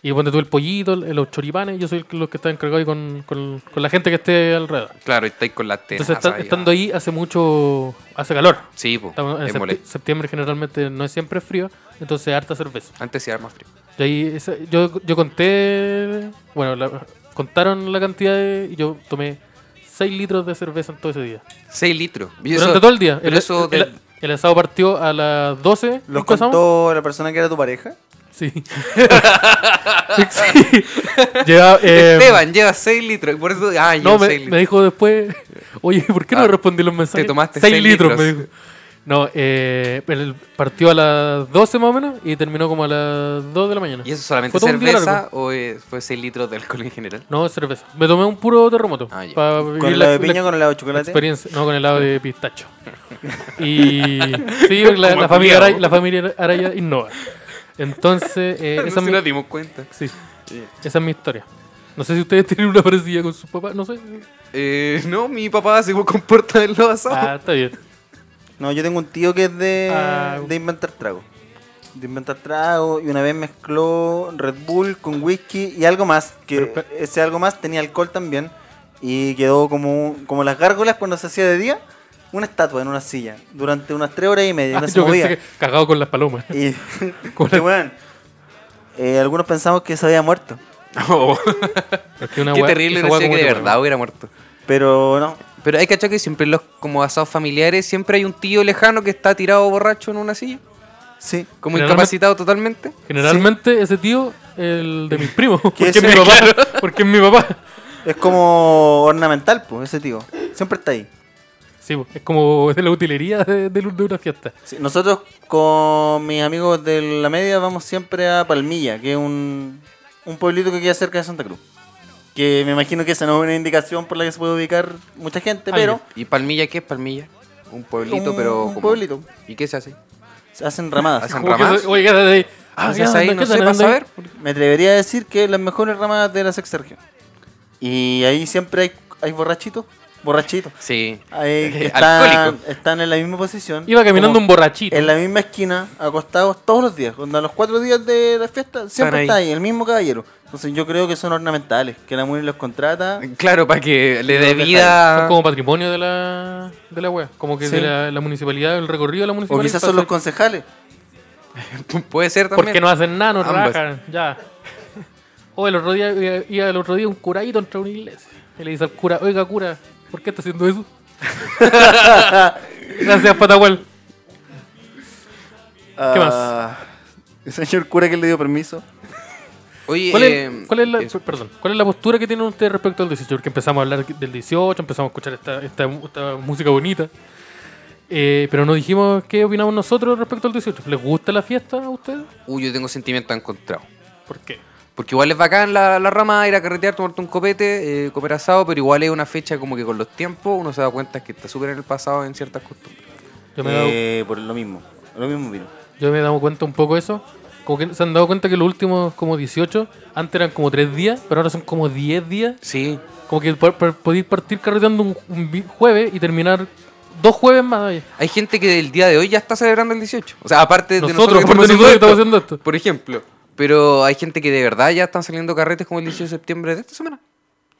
Speaker 3: Y ponte tú el pollito, el- los choripanes, yo soy el- los que está encargado ahí con, con- con la gente que esté alrededor.
Speaker 4: Claro, y estáis con la tenaza.
Speaker 3: Entonces, esta-
Speaker 4: ahí,
Speaker 3: estando
Speaker 4: ah.
Speaker 3: ahí hace mucho, hace calor.
Speaker 4: Sí, po,
Speaker 3: Estamos en
Speaker 4: es
Speaker 3: septi-
Speaker 4: molesto.
Speaker 3: septiembre generalmente no es siempre frío, entonces harta cerveza.
Speaker 4: Antes sí era más frío.
Speaker 3: Y ahí esa- yo, yo conté, bueno, la- contaron la cantidad de- y yo tomé 6 litros de cerveza en todo ese día.
Speaker 4: 6 litros. Y
Speaker 3: Durante
Speaker 4: eso-
Speaker 3: todo el día.
Speaker 4: pero
Speaker 3: El,
Speaker 4: eso
Speaker 3: el-
Speaker 4: del-
Speaker 3: el asado partió a las 12.
Speaker 2: ¿Los
Speaker 3: empezamos.
Speaker 2: contó la persona que era tu pareja?
Speaker 3: Sí. Sí. Llegaba, eh,
Speaker 4: Esteban lleva 6 litros. y Por eso, ah,
Speaker 3: No,
Speaker 4: lleva
Speaker 3: me,
Speaker 4: 6 litros.
Speaker 3: me dijo después, oye, ¿por qué no
Speaker 4: Ah,
Speaker 3: respondí los mensajes?
Speaker 4: te tomaste
Speaker 3: Seis
Speaker 4: seis
Speaker 3: me
Speaker 4: litros.
Speaker 3: dijo. No, eh, el- partió a las 12 más o menos y terminó como a las 2 de la mañana.
Speaker 4: ¿Y eso solamente
Speaker 3: Fue todo un día
Speaker 4: cerveza
Speaker 3: largo. Eh,
Speaker 4: o eh, fue 6 litros de alcohol en general?
Speaker 3: No, cerveza. Me tomé un puro terremoto.
Speaker 4: Ah, ya.
Speaker 3: para vivir
Speaker 2: ¿Con
Speaker 3: la-
Speaker 2: la de
Speaker 3: la-
Speaker 2: piña, con la de chocolate?
Speaker 3: experiencia, no con helado de pistacho. Y sí, porque la,
Speaker 4: Como
Speaker 3: la familia
Speaker 4: el culiao.
Speaker 3: Araya, la familia Araya innova. Entonces, eh,
Speaker 4: no
Speaker 3: esa, es
Speaker 4: se
Speaker 3: mi,
Speaker 4: nos dimos cuenta.
Speaker 3: sí, esa es mi historia. No sé si ustedes tienen una parecida con sus papás, no sé.
Speaker 4: Eh, no, mi papá se comporta en los asados.
Speaker 3: Ah, está bien.
Speaker 2: No, yo tengo un tío que es de,
Speaker 3: Ah.
Speaker 2: de inventar trago. De inventar trago y una vez mezcló Red Bull con whisky y algo más. Que
Speaker 3: Pero, pero-
Speaker 2: ese algo más tenía alcohol también. Y quedó como, como las gárgolas cuando se hacía de día. Una estatua en una silla durante unas tres horas y media. y
Speaker 3: Ah,
Speaker 2: Eh, no se
Speaker 3: yo pensé
Speaker 2: movía.
Speaker 3: que cagado con las palomas.
Speaker 2: Y,
Speaker 3: Con
Speaker 2: que, weón, eh, algunos pensamos que se había muerto.
Speaker 3: Ah.
Speaker 4: Oh,
Speaker 3: Es que una
Speaker 4: qué
Speaker 3: hueá-
Speaker 4: terrible,
Speaker 3: esa
Speaker 4: no
Speaker 3: hueá
Speaker 4: sé que
Speaker 3: como
Speaker 4: de
Speaker 3: te-
Speaker 4: verdad hubiera muerto.
Speaker 2: Pero no.
Speaker 4: Pero hay que achar que siempre en los como asados familiares siempre hay un tío lejano que está tirado borracho en una silla,
Speaker 2: Sí.
Speaker 4: como
Speaker 3: Generalmente-
Speaker 4: incapacitado totalmente.
Speaker 3: Generalmente ese tío el de mis primos. Porque
Speaker 2: ese-
Speaker 3: es mi papá. Porque es mi papá.
Speaker 2: Es como ornamental, pues, ese tío. Siempre está ahí.
Speaker 3: Sí, po, es como de la utilería de, de de una fiesta.
Speaker 2: Sí, nosotros con mis amigos de la media vamos siempre a Palmilla, que es un, un pueblito que queda cerca de Santa Cruz. Que me imagino que esa no es una indicación por la que se puede ubicar mucha gente,
Speaker 3: Ah,
Speaker 2: pero
Speaker 4: ¿Y Palmilla qué es Palmilla? Un pueblito,
Speaker 2: Un-
Speaker 4: pero
Speaker 2: un
Speaker 4: como-
Speaker 2: pueblito.
Speaker 4: ¿Y qué se hace?
Speaker 2: se hacen ramadas.
Speaker 4: Hacen-
Speaker 3: Como que
Speaker 4: ¿Ramás?
Speaker 3: se- Oye, quédate ahí.
Speaker 4: Ah,
Speaker 3: ya,
Speaker 4: se hace ahí,
Speaker 3: anda,
Speaker 4: no sé,
Speaker 3: quédate,
Speaker 4: para
Speaker 3: anda ahí.
Speaker 4: saber.
Speaker 2: Me atrevería a decir que las mejores ramadas de la sexta región. Y ahí siempre hay, hay borrachitos. Borrachitos.
Speaker 4: Sí.
Speaker 2: Hay que están,
Speaker 4: Alcohólico.
Speaker 2: están en la misma posición.
Speaker 3: Iba caminando
Speaker 2: como
Speaker 3: un borrachito.
Speaker 2: En la misma esquina, acostados todos los días. Cuando a los cuatro días de la fiesta, siempre
Speaker 4: ahí.
Speaker 2: está ahí, el mismo caballero. Entonces yo creo que son ornamentales, que la MUNI los contrata.
Speaker 4: Claro, para que le dé
Speaker 2: Los
Speaker 4: vida.
Speaker 3: Son como patrimonio de la, de la wea. Como que
Speaker 2: Sí.
Speaker 3: de la, la municipalidad, el recorrido de la
Speaker 2: O
Speaker 3: municipalidad.
Speaker 2: quizás son los
Speaker 3: pasa-
Speaker 2: concejales.
Speaker 4: Puede ser también.
Speaker 3: Porque no hacen nada, no
Speaker 4: Ambas.
Speaker 3: rajan. Ya. O el otro día, iba- iba el otro día un curadito entre una iglesia. Y le dice al cura, oiga, cura, ¿por qué está haciendo eso? Gracias, Patahuel. ¿Qué más?
Speaker 4: Ah,
Speaker 2: El señor cura que le dio permiso.
Speaker 4: Oye,
Speaker 3: ¿Cuál
Speaker 4: eh,
Speaker 3: es, cuál es la,
Speaker 4: eso.
Speaker 3: perdón, ¿cuál es la postura que tienen ustedes respecto al 18? Porque empezamos a hablar del 18, empezamos a escuchar esta, esta, esta música bonita. Eh, pero no dijimos qué opinamos nosotros respecto al 18. ¿Les gusta la fiesta a ustedes?
Speaker 4: Uy, yo tengo sentimientos encontrados.
Speaker 3: ¿Por qué?
Speaker 4: Porque igual es bacán la, la rama, ir a carretear, tomarte un copete, eh, comer asado, pero igual es una fecha como que con los tiempos uno se da cuenta que está súper en el pasado en ciertas costumbres.
Speaker 3: Yo me, he dado-
Speaker 2: Eh, por lo mismo. Lo mismo vino.
Speaker 3: yo me he dado cuenta un poco de eso. Como que se han dado cuenta que los últimos como 18, antes eran como 3 días, pero ahora son como 10 días.
Speaker 4: Sí.
Speaker 3: Como que po- po- podéis partir carreteando un, un vi- jueves y terminar dos jueves más. ahí.
Speaker 4: Hay gente que el día de hoy ya está celebrando el 18. O sea, aparte
Speaker 3: Nosotros,
Speaker 4: de nosotros, que
Speaker 3: aparte de nosotros, estamos haciendo esto.
Speaker 4: Por ejemplo. Pero hay gente que de verdad ya están saliendo carretes como el 18 de septiembre de esta semana.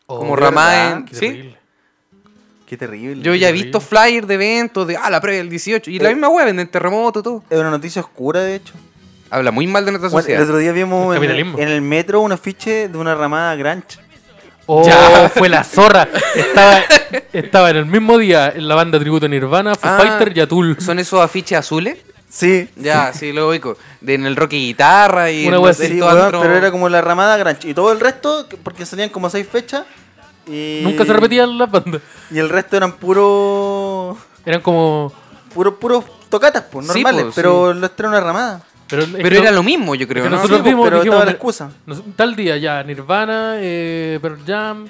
Speaker 4: como
Speaker 2: ¿de
Speaker 4: ramá
Speaker 2: verdad?
Speaker 4: en...
Speaker 3: Qué
Speaker 4: ¿Sí?
Speaker 3: terrible.
Speaker 2: Qué terrible.
Speaker 4: Yo ya he
Speaker 3: terrible.
Speaker 4: visto flyers de eventos de, ah, la previa del 18. Y
Speaker 2: Eh.
Speaker 4: la misma web venden terremoto, todo.
Speaker 2: Es una noticia oscura, de hecho.
Speaker 4: Habla muy mal de nuestra
Speaker 2: Bueno, el
Speaker 4: sociedad.
Speaker 2: otro día vimos en
Speaker 3: El
Speaker 2: el,
Speaker 3: capitalismo.
Speaker 2: en el metro un afiche de una ramada grancha.
Speaker 3: Oh, fue la zorra. Estaba, estaba en el mismo día en la banda tributo a Nirvana, Foo
Speaker 4: Ah,
Speaker 3: Fighter y Atul.
Speaker 4: ¿Son esos afiches azules?
Speaker 2: Sí.
Speaker 4: Ya, sí, lo ubico. De- en el rock y guitarra y
Speaker 3: Una
Speaker 4: en
Speaker 3: wea
Speaker 4: los-
Speaker 3: así,
Speaker 2: Sí,
Speaker 4: estos
Speaker 2: weón,
Speaker 4: antros-
Speaker 2: pero era como la ramada Granch. Y todo el resto, que- porque salían como seis fechas. Y,
Speaker 3: Nunca se repetían las bandas.
Speaker 2: Y el resto eran puro.
Speaker 3: Eran como.
Speaker 2: puro, puros tocatas, pues,
Speaker 4: Sí,
Speaker 2: normales.
Speaker 4: pues,
Speaker 2: pero los tres una ramada.
Speaker 3: Pero, es
Speaker 4: Pero
Speaker 3: que-
Speaker 4: era lo mismo, yo
Speaker 3: que
Speaker 4: creo, ¿no?
Speaker 3: nosotros
Speaker 2: Sí,
Speaker 3: vimos,
Speaker 2: pero
Speaker 3: dijimos,
Speaker 2: estaba la
Speaker 3: "Mira,
Speaker 2: excusa".
Speaker 3: nos- tal día ya, Nirvana, eh, Pearl Jam,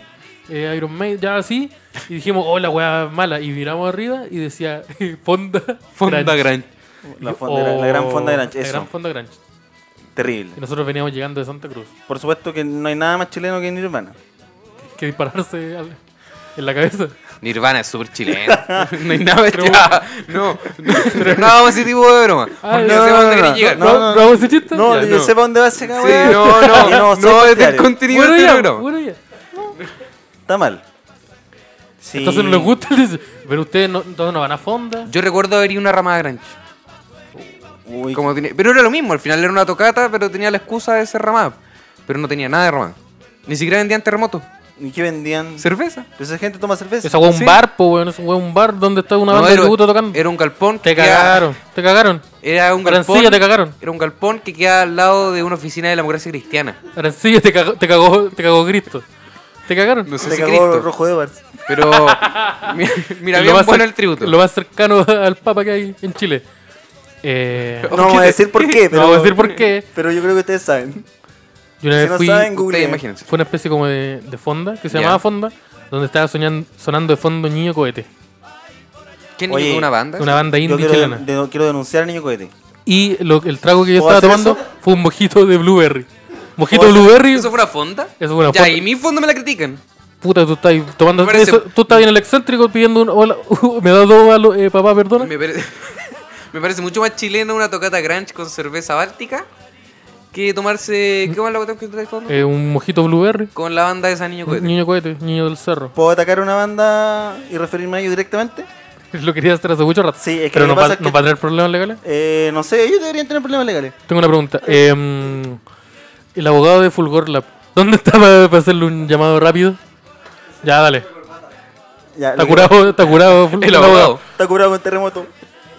Speaker 3: eh, Iron Maiden, ya así. Y dijimos, oh, la weá mala. Y viramos arriba y decía, Fonda.
Speaker 4: Fonda
Speaker 3: Grunge".
Speaker 4: Grunge.
Speaker 2: La, fonda- la- la gran fonda
Speaker 3: Oh,
Speaker 2: Granch.
Speaker 3: La gran
Speaker 2: Eso.
Speaker 3: Fonda Grunge.
Speaker 2: Terrible.
Speaker 3: Y nosotros veníamos llegando de Santa Cruz.
Speaker 2: Por supuesto que no hay nada más chileno que Nirvana.
Speaker 3: Que dispararse al- en la cabeza.
Speaker 4: Nirvana es súper chileno. no hay nada bestia. No, no, no, nada positivo de broma.
Speaker 3: Ah,
Speaker 4: no,
Speaker 3: no,
Speaker 4: sé
Speaker 2: no,
Speaker 4: dónde
Speaker 2: no,
Speaker 4: quería
Speaker 2: no,
Speaker 4: llegar.
Speaker 3: No,
Speaker 2: no,
Speaker 3: no,
Speaker 2: no.
Speaker 3: ¿Vamos a hacer chiste?
Speaker 2: No,
Speaker 3: Ya,
Speaker 2: yo
Speaker 4: no.
Speaker 2: sé para dónde va ese cabrón.
Speaker 4: Sí, no, no,
Speaker 2: Y
Speaker 4: no,
Speaker 2: soy
Speaker 4: es del
Speaker 2: partidario.
Speaker 4: contenido
Speaker 3: Bueno,
Speaker 4: de este
Speaker 3: ya,
Speaker 4: programa.
Speaker 3: bueno, ya.
Speaker 2: Está mal. Sí.
Speaker 3: Entonces no les gusta. dice, Pero ustedes no, entonces no van a Fonda.
Speaker 4: Yo recuerdo haber ido a una ramada Grunge.
Speaker 2: Uy,
Speaker 4: Como tenía- pero era lo mismo, al final era una tocata, pero tenía la excusa de ser ramada. Pero no tenía nada de ramada. Ni siquiera vendían terremoto.
Speaker 2: ¿Y qué vendían?
Speaker 4: Cerveza.
Speaker 2: Pero esa gente toma cerveza.
Speaker 3: Esa weá es un
Speaker 4: Sí.
Speaker 3: bar, po, weón. Es un weón, un bar donde está una
Speaker 4: No,
Speaker 3: banda de
Speaker 4: era,
Speaker 3: tributo tocando.
Speaker 4: era un galpón que
Speaker 3: Te
Speaker 4: quedaba-
Speaker 3: cagaron, te cagaron.
Speaker 4: Era un galpón.
Speaker 3: Arancilla te cagaron.
Speaker 4: Era un galpón que queda al lado de una oficina de la democracia cristiana.
Speaker 3: Arancilla te cagó, te cagó, te cagó Cristo. Te cagaron.
Speaker 4: No sé
Speaker 2: Te
Speaker 4: si
Speaker 2: cagó
Speaker 4: Cristo.
Speaker 2: Rojo Edwards.
Speaker 4: Pero. mira, mira,
Speaker 3: Lo
Speaker 4: bien
Speaker 3: más
Speaker 4: bueno
Speaker 3: cer-
Speaker 4: el tributo.
Speaker 3: Lo más cercano al Papa que hay en Chile. Eh,
Speaker 2: No vamos a decir por qué, pero.
Speaker 3: no voy a decir por qué.
Speaker 2: Pero yo creo que ustedes saben.
Speaker 3: Yo una
Speaker 2: Si
Speaker 3: vez
Speaker 2: no
Speaker 3: fui,
Speaker 2: saben, Google.
Speaker 4: Ustedes imagínense.
Speaker 3: fue una especie como de, de fonda, que se
Speaker 4: Ya.
Speaker 3: llamaba fonda, donde estaba soñan- sonando de fondo Niño Cohete,
Speaker 4: ¿Quién
Speaker 2: Oye,
Speaker 4: Oye, una banda?
Speaker 3: una banda
Speaker 2: Yo
Speaker 3: indie
Speaker 2: quiero,
Speaker 3: chilena.
Speaker 2: de- quiero denunciar a Niño Cohete.
Speaker 3: Y lo- el trago que yo
Speaker 2: ¿Puedo
Speaker 3: estaba
Speaker 2: hacer
Speaker 3: tomando
Speaker 2: eso?
Speaker 3: fue un mojito de blueberry. Mojito
Speaker 2: ¿Puedo hacer-
Speaker 3: blueberry,
Speaker 4: ¿Eso fue una fonda?
Speaker 3: Eso fue una
Speaker 4: ya,
Speaker 3: fonda.
Speaker 4: y mi fonda me la critican.
Speaker 3: puta, tú estás ahí tomando
Speaker 4: Me parece-
Speaker 3: eso, tú estás bien el excéntrico pidiendo un hola, me da dos balos, eh, papá, perdona.
Speaker 4: Me parece, me parece mucho más chileno una tocata grunge con cerveza báltica que tomarse. ¿Qué más la cuestión que estáis tomando?
Speaker 3: Eh, un mojito blueberry.
Speaker 4: Con la banda de esa niño cohete.
Speaker 3: Niño cohete, niño del cerro.
Speaker 2: ¿Puedo atacar una banda y referirme a ellos directamente?
Speaker 3: Lo quería hacer hace mucho rato.
Speaker 2: Sí, es que
Speaker 3: pero
Speaker 2: lo
Speaker 3: no
Speaker 2: que
Speaker 3: va,
Speaker 2: pasa es
Speaker 3: no
Speaker 2: que-
Speaker 3: va a tener problemas legales.
Speaker 2: Eh, no sé, ellos deberían tener problemas legales.
Speaker 3: Tengo una pregunta. Eh, el abogado de Fulgor Lab, ¿dónde está para, para hacerle un llamado rápido? Ya, dale.
Speaker 2: Ya,
Speaker 3: Está
Speaker 2: lo que-
Speaker 3: curado, está curado. Fulgor,
Speaker 4: El abogado.
Speaker 2: Está curado con terremoto.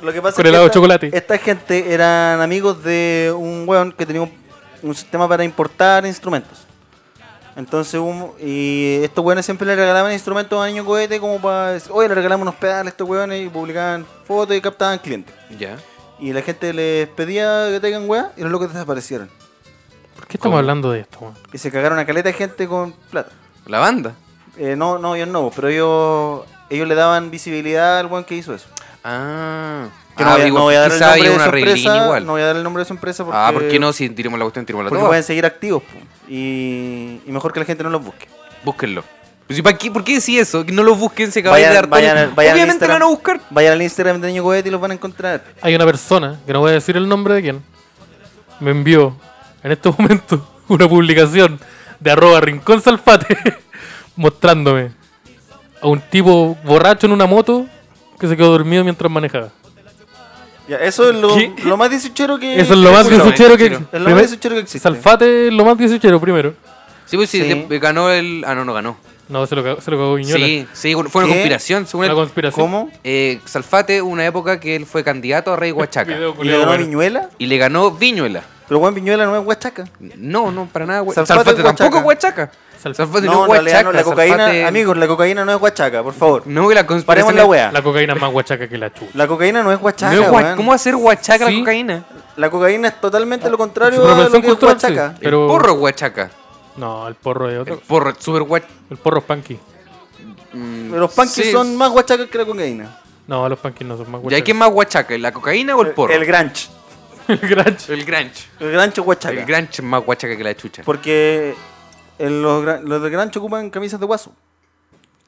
Speaker 2: Lo que pasa
Speaker 3: Con
Speaker 2: es
Speaker 3: helado
Speaker 2: que
Speaker 3: de chocolate.
Speaker 2: esta gente eran amigos de un weón que tenía un, un sistema para importar instrumentos. Entonces, un- y estos weones siempre le regalaban instrumentos a Niño Cohete como para decir, oye, le regalamos unos pedales a estos weones y publicaban fotos y captaban clientes.
Speaker 4: Ya.
Speaker 2: Y la gente les pedía que tengan weas y los locos desaparecieron.
Speaker 3: ¿Por qué estamos hablando de esto? man?
Speaker 2: Y se cagaron a caleta de gente con plata.
Speaker 4: La banda.
Speaker 2: Eh, no, no, ellos no, pero ellos, ellos le daban visibilidad al weón que hizo eso.
Speaker 4: Ah.
Speaker 2: Que no,
Speaker 4: Ah,
Speaker 2: voy a,
Speaker 4: igual-
Speaker 2: no voy a dar el
Speaker 4: quizá
Speaker 2: nombre
Speaker 4: había
Speaker 2: de
Speaker 4: una
Speaker 2: su
Speaker 4: arreglín
Speaker 2: empresa.
Speaker 4: igual.
Speaker 2: No voy a dar el nombre de su empresa porque,
Speaker 4: Ah, ¿por qué no? Si tiramos la cuestión, tiramos la
Speaker 2: porque
Speaker 4: toda.
Speaker 2: pueden seguir activos po. y, y mejor que la gente no los busque.
Speaker 4: Búsquenlo. Pues, ¿y pa' qué- ¿Por qué decís eso? Que no los busquen, se acaban de
Speaker 2: Vayan,
Speaker 4: dar
Speaker 2: vayan, al- vayan al
Speaker 4: Obviamente lo
Speaker 2: Instagram,
Speaker 4: van a buscar.
Speaker 2: Vayan al Instagram de Niño Cohete y los van a encontrar.
Speaker 3: Hay una persona, que no voy a decir el nombre de quién, me envió en este momento una publicación de arroba rincón salfate mostrándome a un tipo borracho en una moto que se quedó dormido mientras manejaba.
Speaker 2: Ya, eso es lo,
Speaker 3: ¿Qué?
Speaker 2: lo más disuchero que
Speaker 3: Eso es lo más
Speaker 4: Escúchame,
Speaker 3: disuchero que,
Speaker 4: chino.
Speaker 2: Es lo
Speaker 3: primer-
Speaker 2: más disuchero que existe.
Speaker 3: Salfate es lo más disuchero primero.
Speaker 4: Sí, pues sí,
Speaker 2: Sí.
Speaker 4: de- ganó el. Ah, no, no ganó.
Speaker 3: No, se lo cagó, se lo cagó Viñola.
Speaker 4: Sí, sí, fue una
Speaker 2: ¿Qué?
Speaker 4: conspiración, según
Speaker 3: Una
Speaker 4: él.
Speaker 3: conspiración.
Speaker 2: ¿Cómo?
Speaker 4: Eh, Salfate, hubo una época que él fue candidato a Rey Huachaca.
Speaker 3: Video
Speaker 2: ¿Y le
Speaker 3: culiao
Speaker 2: ganó
Speaker 3: bueno.
Speaker 2: Viñuela?
Speaker 4: y le ganó Viñuela.
Speaker 2: Pero Juan Viñuela no es huachaca.
Speaker 4: No, no, para nada. hua-
Speaker 2: Salfate
Speaker 4: Salfate,
Speaker 2: es
Speaker 4: tampoco es Huachaca.
Speaker 3: Salf-
Speaker 4: Salfate
Speaker 2: No, en
Speaker 4: es
Speaker 2: realidad no, la Mm. cocaína,
Speaker 4: Salfate-
Speaker 2: amigos, la cocaína no es huachaca, por favor.
Speaker 4: No, que la conspiración.
Speaker 2: Paremos la
Speaker 4: es-
Speaker 2: wea.
Speaker 3: La cocaína es más guachaca que la chucha.
Speaker 2: La cocaína no es
Speaker 4: No
Speaker 2: huachaca,
Speaker 4: es hua-
Speaker 2: weón.
Speaker 4: ¿Cómo hacer Huachaca
Speaker 3: Sí.
Speaker 4: la cocaína?
Speaker 2: La cocaína es totalmente lo
Speaker 3: Es
Speaker 2: contrario
Speaker 3: una
Speaker 2: a lo
Speaker 3: relación
Speaker 2: que es
Speaker 3: cultural, sí,
Speaker 2: huachaca.
Speaker 3: pero...
Speaker 4: El porro es Huachaca.
Speaker 3: No, el porro es
Speaker 4: El
Speaker 3: otro.
Speaker 4: porro, es super huachaca.
Speaker 3: El porro es punky.
Speaker 2: Pero los punkies son más huachacas que la cocaína.
Speaker 3: No, los punkies no son más
Speaker 4: ¿Y hay
Speaker 3: guachacas.
Speaker 4: quién más Huachaca? ¿La cocaína o el porro?
Speaker 2: El granch.
Speaker 3: El Granch.
Speaker 4: El Granch.
Speaker 2: El grancho huachaca.
Speaker 4: El Granch es más Huachaca que la chucha.
Speaker 2: Porque el- los, gran- los del grancho ocupan camisas de guaso.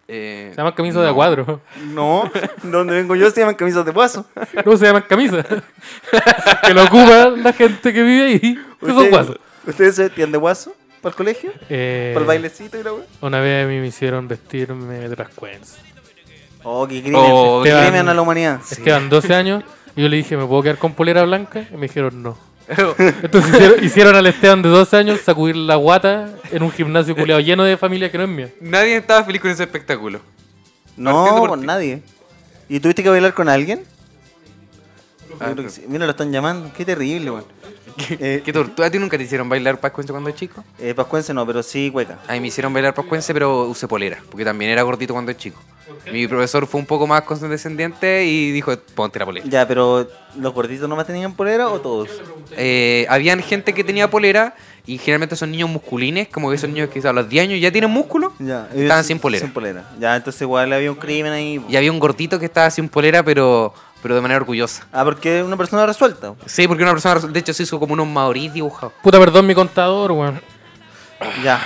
Speaker 4: Eh,
Speaker 3: Se llaman camisas
Speaker 4: no.
Speaker 3: de a cuadro.
Speaker 2: No, donde vengo yo se llaman camisas de guaso.
Speaker 3: No se llaman camisas. que lo ocupa la gente que vive ahí. Que son
Speaker 2: ¿Ustedes-
Speaker 3: guasos.
Speaker 2: ¿Ustedes se vestían de guaso para el colegio?
Speaker 3: Eh,
Speaker 2: ¿Para el bailecito y la wea?
Speaker 3: Una vez a mí me hicieron vestirme de las cuencas.
Speaker 2: Oh, qué crimen.
Speaker 4: Oh,
Speaker 2: qué
Speaker 3: Esteban.
Speaker 2: crimen a la humanidad.
Speaker 3: Esteban, 12 años. Y yo le dije, ¿me puedo quedar con polera blanca? Y me dijeron no. Entonces hicieron, hicieron al Esteban de 12 años sacudir la guata en un gimnasio culeado lleno de familia que no es mía.
Speaker 4: Nadie estaba feliz con ese espectáculo.
Speaker 2: No,
Speaker 4: Partiendo por
Speaker 2: con
Speaker 4: ti.
Speaker 2: nadie. ¿Y tuviste que bailar con alguien? Yo creo que sí. Mira, lo están llamando. Qué terrible, weón. Eh,
Speaker 4: ¿Qué tortura? ¿A ti nunca te hicieron bailar pascuense cuando chico?
Speaker 2: eh, Pascuense no, pero sí cueca.
Speaker 4: A mí me hicieron bailar pascuense, pero usé polera, porque también era gordito cuando chico. Mi profesor fue un poco más condescendiente y dijo, ponte la polera.
Speaker 2: Ya, pero ¿los gorditos nomás tenían polera o todos?
Speaker 4: Eh, habían gente que tenía polera y generalmente son niños musculines, como que son niños que a los 10 años ya tienen músculo,
Speaker 2: Ya, ellos
Speaker 4: estaban sin polera.
Speaker 2: Sin polera. Ya, entonces igual había un crimen ahí. po.
Speaker 4: Y había un gordito que estaba sin polera, pero, pero de manera orgullosa.
Speaker 2: Ah, porque es una persona resuelta.
Speaker 4: Sí, porque una persona, de hecho, se hizo como unos maorís dibujados.
Speaker 3: Puta, perdón, mi contador, weón.
Speaker 2: Ya.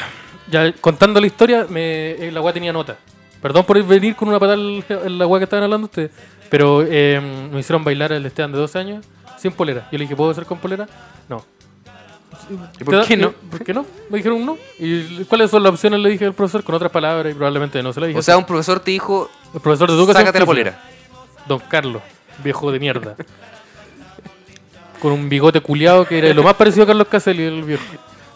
Speaker 3: Ya contando la historia, me, eh, la weá tenía nota. Perdón por venir con una patada al- en la weá que estaban hablando ustedes. Pero eh, me hicieron bailar al Esteban de 12 años sin polera. Yo le dije, ¿puedo hacer con polera? No.
Speaker 4: ¿Y por qué no?
Speaker 3: ¿Por qué no? Me dijeron no. ¿Y cuáles son las opciones? Le dije al profesor con otras palabras y probablemente no se la dije.
Speaker 4: O sea, un profesor te dijo,
Speaker 3: el profesor de educación.
Speaker 4: sácate la
Speaker 3: física,
Speaker 4: polera.
Speaker 3: Don Carlos, viejo de mierda. con un bigote culiado que era lo más parecido a Carlos Caselli, el viejo.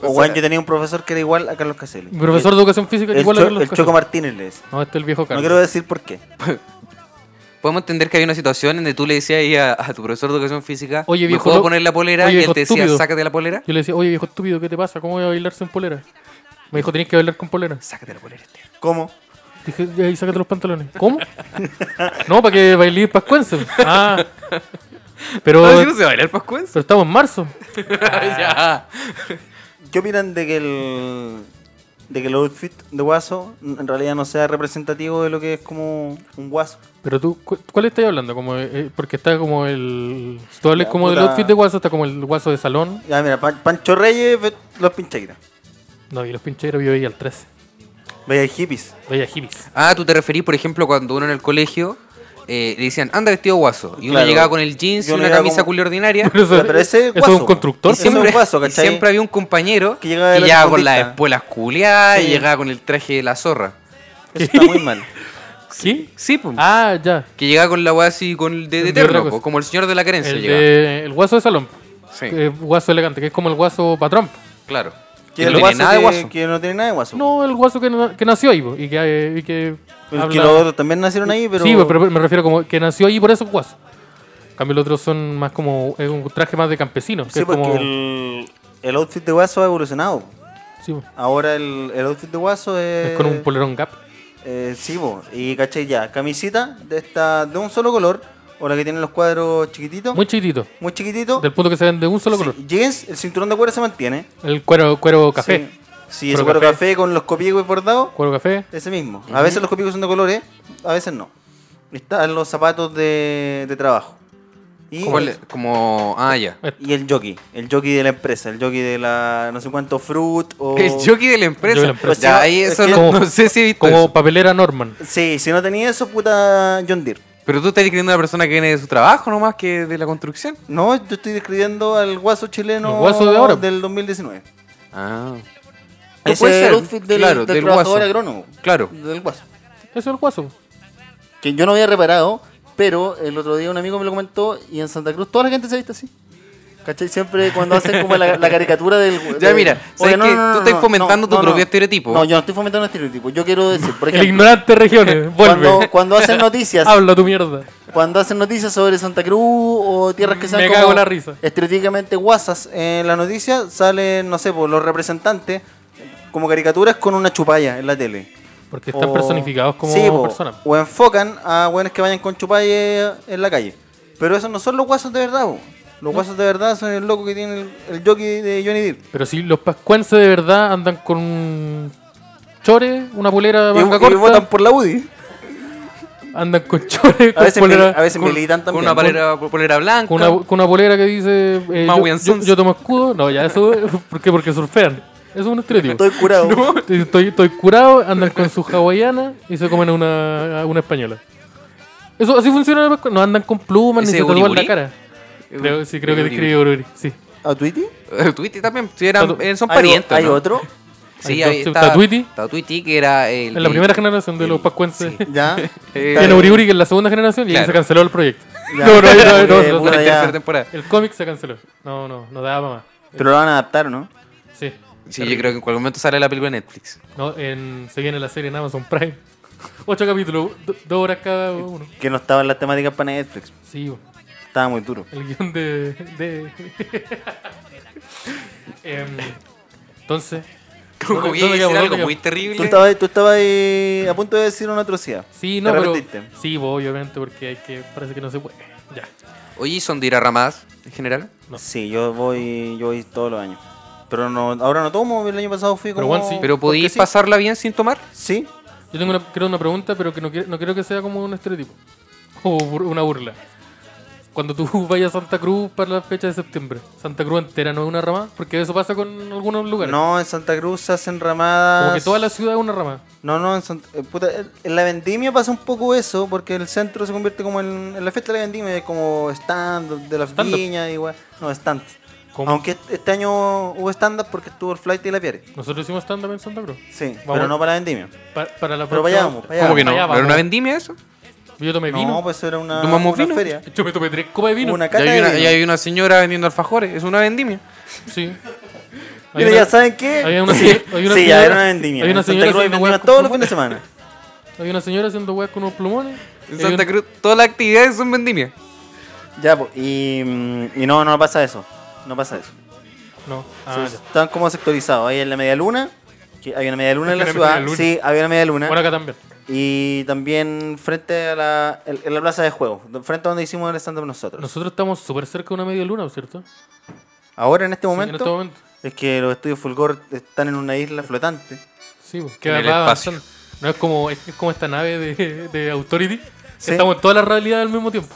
Speaker 2: O, weón, yo tenía un profesor que era igual a Carlos Caselli.
Speaker 3: Mi profesor de educación física
Speaker 2: Eh, El,
Speaker 3: igual a
Speaker 2: Cho-
Speaker 3: Carlos
Speaker 2: el Choco
Speaker 3: Caselli.
Speaker 2: Martínez le decía.
Speaker 3: No, este es el viejo
Speaker 2: No
Speaker 3: Carlos.
Speaker 2: quiero decir por qué.
Speaker 4: Podemos entender que había una situación donde tú le decías ahí a, a tu profesor de educación física,
Speaker 3: Oye, viejo
Speaker 4: ¿me puedo
Speaker 3: lo-
Speaker 4: poner la polera?
Speaker 3: oye,
Speaker 4: y él
Speaker 3: viejo
Speaker 4: te decía,
Speaker 3: estúpido.
Speaker 4: sácate la polera.
Speaker 3: Yo le decía, oye viejo estúpido, ¿qué te pasa? ¿Cómo voy a bailar sin polera? Me dijo, tenés que bailar con polera.
Speaker 4: Sácate la polera, Esteban.
Speaker 2: ¿Cómo?
Speaker 3: Dije, "Ya, ahí sácate los pantalones. ¿Cómo? no, para que bailé pascuense. Ah. Pero,
Speaker 4: No, si no
Speaker 3: pero
Speaker 4: se baila
Speaker 2: pues,
Speaker 4: el pascuense.
Speaker 3: estamos en marzo.
Speaker 4: Ah, ya.
Speaker 2: ¿Qué opinan de que el de que el outfit de guaso en realidad no sea representativo de lo que es como un guaso?
Speaker 3: Pero tú, cu- ¿cuál estás hablando? Como, eh, porque está como el... Si tú hablas
Speaker 2: Ya,
Speaker 3: como del
Speaker 2: puta.
Speaker 3: outfit de guaso, está como el guaso de salón.
Speaker 2: Ya, mira, Pan- Pancho Reyes, ve- los pincheiras.
Speaker 3: No, y los pincheros yo veía al 13.
Speaker 2: Veía hippies.
Speaker 3: Veía hippies.
Speaker 4: Ah, tú te referís, por ejemplo, cuando uno en el colegio eh, le decían, anda vestido guaso. Y uno
Speaker 2: Claro.
Speaker 4: llegaba con el jeans y
Speaker 2: Yo no
Speaker 4: una
Speaker 2: llegaba
Speaker 4: camisa
Speaker 2: como-
Speaker 4: culia ordinaria.
Speaker 3: Pero eso,
Speaker 2: Ya, pero ese es
Speaker 3: eso es
Speaker 2: guaso.
Speaker 3: un constructor.
Speaker 4: Y
Speaker 2: Eso es
Speaker 4: siempre,
Speaker 2: guaso,
Speaker 4: y
Speaker 2: ¿cachai?
Speaker 4: siempre había un compañero
Speaker 2: Que
Speaker 4: que
Speaker 2: llegaba
Speaker 4: llegaba,
Speaker 2: de la
Speaker 4: con las
Speaker 2: escondita.
Speaker 4: espuelas culiadas
Speaker 2: Sí.
Speaker 4: y llegaba con el traje de la zorra.
Speaker 2: Eso está muy mal.
Speaker 3: ¿Sí?
Speaker 4: Sí, pues.
Speaker 3: Ah, ya.
Speaker 4: Que llegaba con la weá así con el de, de
Speaker 3: De
Speaker 4: eterno,
Speaker 3: otra cosa.
Speaker 4: po, como el señor de la carencia
Speaker 3: El,
Speaker 4: llegaba.
Speaker 3: de- el guaso de salón.
Speaker 4: Sí,
Speaker 3: que es guaso elegante, que es como el guaso patrón.
Speaker 4: claro.
Speaker 2: Que
Speaker 4: Y
Speaker 2: el
Speaker 4: no tiene
Speaker 2: guaso
Speaker 4: nada de
Speaker 2: que-
Speaker 4: guaso.
Speaker 2: que no tiene nada de guaso.
Speaker 3: No, el guaso que, na- que nació ahí, po, y que... eh, Y que
Speaker 2: Pero
Speaker 3: habla-
Speaker 2: que los otros también nacieron ahí, pero.
Speaker 3: Sí, po, pero me refiero como que nació ahí, por eso es guaso. En cambio, los otros son más como... Es un traje más de campesino. que
Speaker 2: Sí,
Speaker 3: es
Speaker 2: porque
Speaker 3: como-
Speaker 2: el, el outfit de guaso ha evolucionado.
Speaker 3: sí, po,
Speaker 2: Ahora el, el outfit de guaso es.
Speaker 3: es con un polerón gap.
Speaker 2: Eh, sí, po. y caché ya, camisita de esta de un solo color, o la que tienen los cuadros chiquititos, muy,
Speaker 3: Muy chiquitito.
Speaker 2: chiquitito.
Speaker 3: Del punto que se ven de un solo
Speaker 2: Sí,
Speaker 3: color.
Speaker 2: jeans, el cinturón de cuero se mantiene.
Speaker 3: El cuero, cuero café.
Speaker 2: Sí, sí
Speaker 3: Cuero
Speaker 2: ese cuero
Speaker 3: café.
Speaker 2: café. con los copigos bordados,
Speaker 3: Cuero café.
Speaker 2: ese mismo. A veces los copigos son de colores, a veces no. Están los zapatos de, de trabajo. Y,
Speaker 4: Como, el- como- Ah, ya.
Speaker 2: y el jockey, el jockey de la empresa, el jockey de la no sé cuánto fruit o...
Speaker 4: El jockey de la
Speaker 3: Oh.
Speaker 4: empresa.
Speaker 3: Yo de la empresa.
Speaker 4: Ya, ahí eso
Speaker 2: Es
Speaker 4: no,
Speaker 2: que-
Speaker 3: Como-
Speaker 4: no sé si he visto
Speaker 3: Como
Speaker 4: eso.
Speaker 3: papelera Norman.
Speaker 2: Sí, si no tenía eso, puta John Deere.
Speaker 4: Pero tú estás creyendo a una persona que viene de su trabajo nomás que de la construcción.
Speaker 2: No, yo estoy describiendo al guaso chileno
Speaker 3: El guaso de ahora.
Speaker 2: del 2019.
Speaker 4: Ah.
Speaker 2: Ese
Speaker 4: puede
Speaker 2: es
Speaker 4: ser,
Speaker 2: el outfit del,
Speaker 4: claro,
Speaker 2: del
Speaker 4: del
Speaker 2: trabajador
Speaker 4: guaso.
Speaker 2: agrónomo.
Speaker 4: Claro.
Speaker 2: Del guaso.
Speaker 3: Eso es el guaso.
Speaker 2: Que yo no había reparado, pero el otro día un amigo me lo comentó y en Santa Cruz toda la gente se viste así. ¿Cachai? Siempre cuando hacen como la, la caricatura del...
Speaker 4: Ya,
Speaker 2: del-
Speaker 4: mira, sabes que tú estás fomentando tu propio estereotipo.
Speaker 2: No, yo no estoy fomentando un estereotipo. Yo quiero decir, por
Speaker 3: El
Speaker 2: ejemplo,
Speaker 3: ignorante de regiones.
Speaker 2: cuando,
Speaker 3: Vuelve.
Speaker 2: cuando hacen noticias,
Speaker 3: Habla tu mierda.
Speaker 2: cuando hacen noticias sobre Santa Cruz o tierras que sean
Speaker 3: Me
Speaker 2: como
Speaker 3: cago en la risa.
Speaker 2: estereotípicamente guasas en la noticia, salen, no sé, por los representantes como caricaturas con una chupalla en la tele.
Speaker 3: Porque están
Speaker 2: O-
Speaker 3: personificados como
Speaker 2: Sí, po,
Speaker 3: personas.
Speaker 2: O enfocan a buenos que vayan con chupalle en la calle. Pero esos no son los guasos de verdad, po. Los guasos de verdad son el loco que tiene el, el jockey de Johnny Depp.
Speaker 3: Pero si los pascuenses de verdad andan con un chore, una polera
Speaker 2: Y,
Speaker 3: manga
Speaker 2: y
Speaker 3: corta,
Speaker 2: votan por la UDI.
Speaker 3: andan con chore,
Speaker 2: A
Speaker 3: con
Speaker 2: veces, mili-
Speaker 3: polera,
Speaker 2: a veces
Speaker 3: con,
Speaker 2: militan
Speaker 4: Con
Speaker 2: también.
Speaker 4: una polera, polera blanca.
Speaker 3: con una, con una polera que dice eh, yo,
Speaker 4: Maui and
Speaker 3: yo-
Speaker 4: Sons.
Speaker 3: yo tomo escudo. No, ya eso, ¿por qué? Porque surfean. Eso es un estereotipo.
Speaker 2: Estoy curado.
Speaker 3: Estoy, estoy, estoy curado, andan con su hawaiana y se comen a una, a una española. Eso así funciona la pascua- No andan con plumas ni
Speaker 4: ¿Ese
Speaker 3: se tatúan
Speaker 4: Uriburi?
Speaker 3: la cara. Creo- sí, creo que te escribe Uriburi. Sí.
Speaker 2: ¿A Tweety?
Speaker 4: Twitty también. sí, eran-
Speaker 3: Tatu-
Speaker 4: eh, son
Speaker 2: ¿Hay,
Speaker 4: parientes.
Speaker 2: hay
Speaker 4: ¿no?
Speaker 2: otro?
Speaker 4: Sí,
Speaker 3: Hay
Speaker 4: ahí
Speaker 3: dos,
Speaker 4: está.
Speaker 3: está Tweety.
Speaker 4: Está Tweety, que era el.
Speaker 3: En la
Speaker 4: que-
Speaker 3: primera generación de
Speaker 4: el-
Speaker 3: los pascuenses.
Speaker 4: sí.
Speaker 2: ¿Ya?
Speaker 3: Tiene
Speaker 4: Eh,
Speaker 3: Uriburi que es la segunda generación y ahí
Speaker 4: Claro.
Speaker 3: se canceló el proyecto.
Speaker 2: Ya.
Speaker 3: No, no, no, no, no,
Speaker 2: Porque,
Speaker 3: no,
Speaker 2: puta,
Speaker 3: no.
Speaker 2: ya.
Speaker 4: tercera temporada.
Speaker 3: El cómic se canceló. No, no, no daba más.
Speaker 2: Pero lo van a adaptar, ¿no?
Speaker 3: Sí.
Speaker 4: Sí, yo creo que en cualquier momento sale la película de Netflix.
Speaker 3: No, en- se viene la serie en Amazon Prime. Ocho capítulos, do- dos horas cada uno.
Speaker 2: Que no estaban las temáticas para Netflix.
Speaker 3: Sí, bo.
Speaker 2: Estaba muy duro.
Speaker 3: El guión de. de- Em, entonces.
Speaker 4: Como
Speaker 3: ¿dónde- dónde
Speaker 4: que decir
Speaker 3: quedamos?
Speaker 4: algo
Speaker 3: ¿Dónde quedamos?
Speaker 4: muy
Speaker 2: Tú
Speaker 4: terrible.
Speaker 2: estabas, tú estabas ahí a punto de decir una atrocidad.
Speaker 3: Sí, no,
Speaker 2: Te
Speaker 3: pero.
Speaker 2: arrepentiste.
Speaker 3: Sí, bo, obviamente, porque hay que. Parece que no se puede. Ya.
Speaker 4: Oye, ¿y son de ir a ramas en general?
Speaker 3: No.
Speaker 2: Sí, yo voy, yo voy todos los años. Pero no, ahora no tomo, el año pasado fui
Speaker 3: Pero
Speaker 2: como...
Speaker 3: Juan, sí.
Speaker 4: ¿Pero
Speaker 2: porque
Speaker 4: podéis
Speaker 2: sí.
Speaker 4: pasarla bien sin tomar?
Speaker 2: Sí,
Speaker 3: Yo tengo una, creo una pregunta, pero que no, quiero- no creo que sea como un estereotipo. O bur- una burla. Cuando tú vayas a Santa Cruz para la fecha de septiembre, ¿Santa Cruz entera no es una rama? Porque eso pasa con algunos lugares.
Speaker 2: no, en Santa Cruz se hacen ramadas...
Speaker 3: Como que toda la ciudad es una rama.
Speaker 2: No, no, en, Sant- eh, puta, eh, en la vendimia pasa un poco eso, porque el centro se convierte como en, en la fiesta de la vendimia, es como stand de las
Speaker 3: Stand-up.
Speaker 2: viñas, igual. No, stand.
Speaker 3: ¿Cómo?
Speaker 2: Aunque este- este año hubo stand porque estuvo el flight y la piel.
Speaker 3: Nosotros hicimos stand-up en Santa Cruz.
Speaker 2: Sí,
Speaker 3: Vamos.
Speaker 2: pero no para la vendimia.
Speaker 3: Pa- para la
Speaker 2: Pero
Speaker 3: próxima-
Speaker 2: vayamos, vayamos.
Speaker 4: ¿Cómo que no?
Speaker 3: Allá
Speaker 4: ¿No
Speaker 3: vamos.
Speaker 4: era una vendimia eso?
Speaker 3: Yo tomé vino.
Speaker 2: No, pues era una,
Speaker 4: ¿Tomamos
Speaker 2: una
Speaker 4: vino?
Speaker 2: feria.
Speaker 3: Yo me tomé tres copas de vino.
Speaker 2: Una
Speaker 4: Ya
Speaker 2: cata
Speaker 4: hay
Speaker 2: de
Speaker 4: una,
Speaker 2: vino.
Speaker 4: ya hay una señora vendiendo alfajores. Es una vendimia.
Speaker 3: Sí. Hay
Speaker 2: Mira,
Speaker 3: una-
Speaker 2: ya saben qué.
Speaker 3: había una señora- había una
Speaker 2: sí, ya
Speaker 3: señora-
Speaker 2: era una vendimia.
Speaker 3: había una
Speaker 2: En Santa
Speaker 3: señora
Speaker 2: Cruz hay
Speaker 3: haciendo
Speaker 2: vendimia
Speaker 3: huevas
Speaker 2: todos
Speaker 3: con
Speaker 2: los fines de semana.
Speaker 3: Hay una señora haciendo weas con unos plumones. Eh,
Speaker 4: En
Speaker 3: Hay
Speaker 4: Santa
Speaker 3: un-
Speaker 4: Cruz todas las actividades son vendimia.
Speaker 2: Ya, pues, y, mm, y no, no pasa eso. No pasa eso.
Speaker 3: No.
Speaker 2: Sí,
Speaker 3: Ah, ya.
Speaker 2: están como sectorizados. Ahí en la media luna. Que había una media luna en
Speaker 3: Había
Speaker 2: la
Speaker 3: una media
Speaker 2: ciudad.
Speaker 3: luna.
Speaker 2: Sí, había una media luna.
Speaker 3: Bueno, acá también.
Speaker 2: Y también frente a la, en en la plaza de juegos, do- frente a donde hicimos el stand-up nosotros.
Speaker 3: Nosotros estamos súper cerca de una media luna, ¿no es ¿cierto? Sí,
Speaker 2: Ahora en este
Speaker 3: en
Speaker 2: momento
Speaker 3: este momento.
Speaker 2: es que los estudios Fulgor están en una isla flotante.
Speaker 3: Sí, pues, que
Speaker 4: En el
Speaker 3: va
Speaker 4: espacio.
Speaker 3: avanzando. No es como, es como esta nave de, de Authority. que
Speaker 2: Sí.
Speaker 3: Estamos en todas las realidades al mismo tiempo.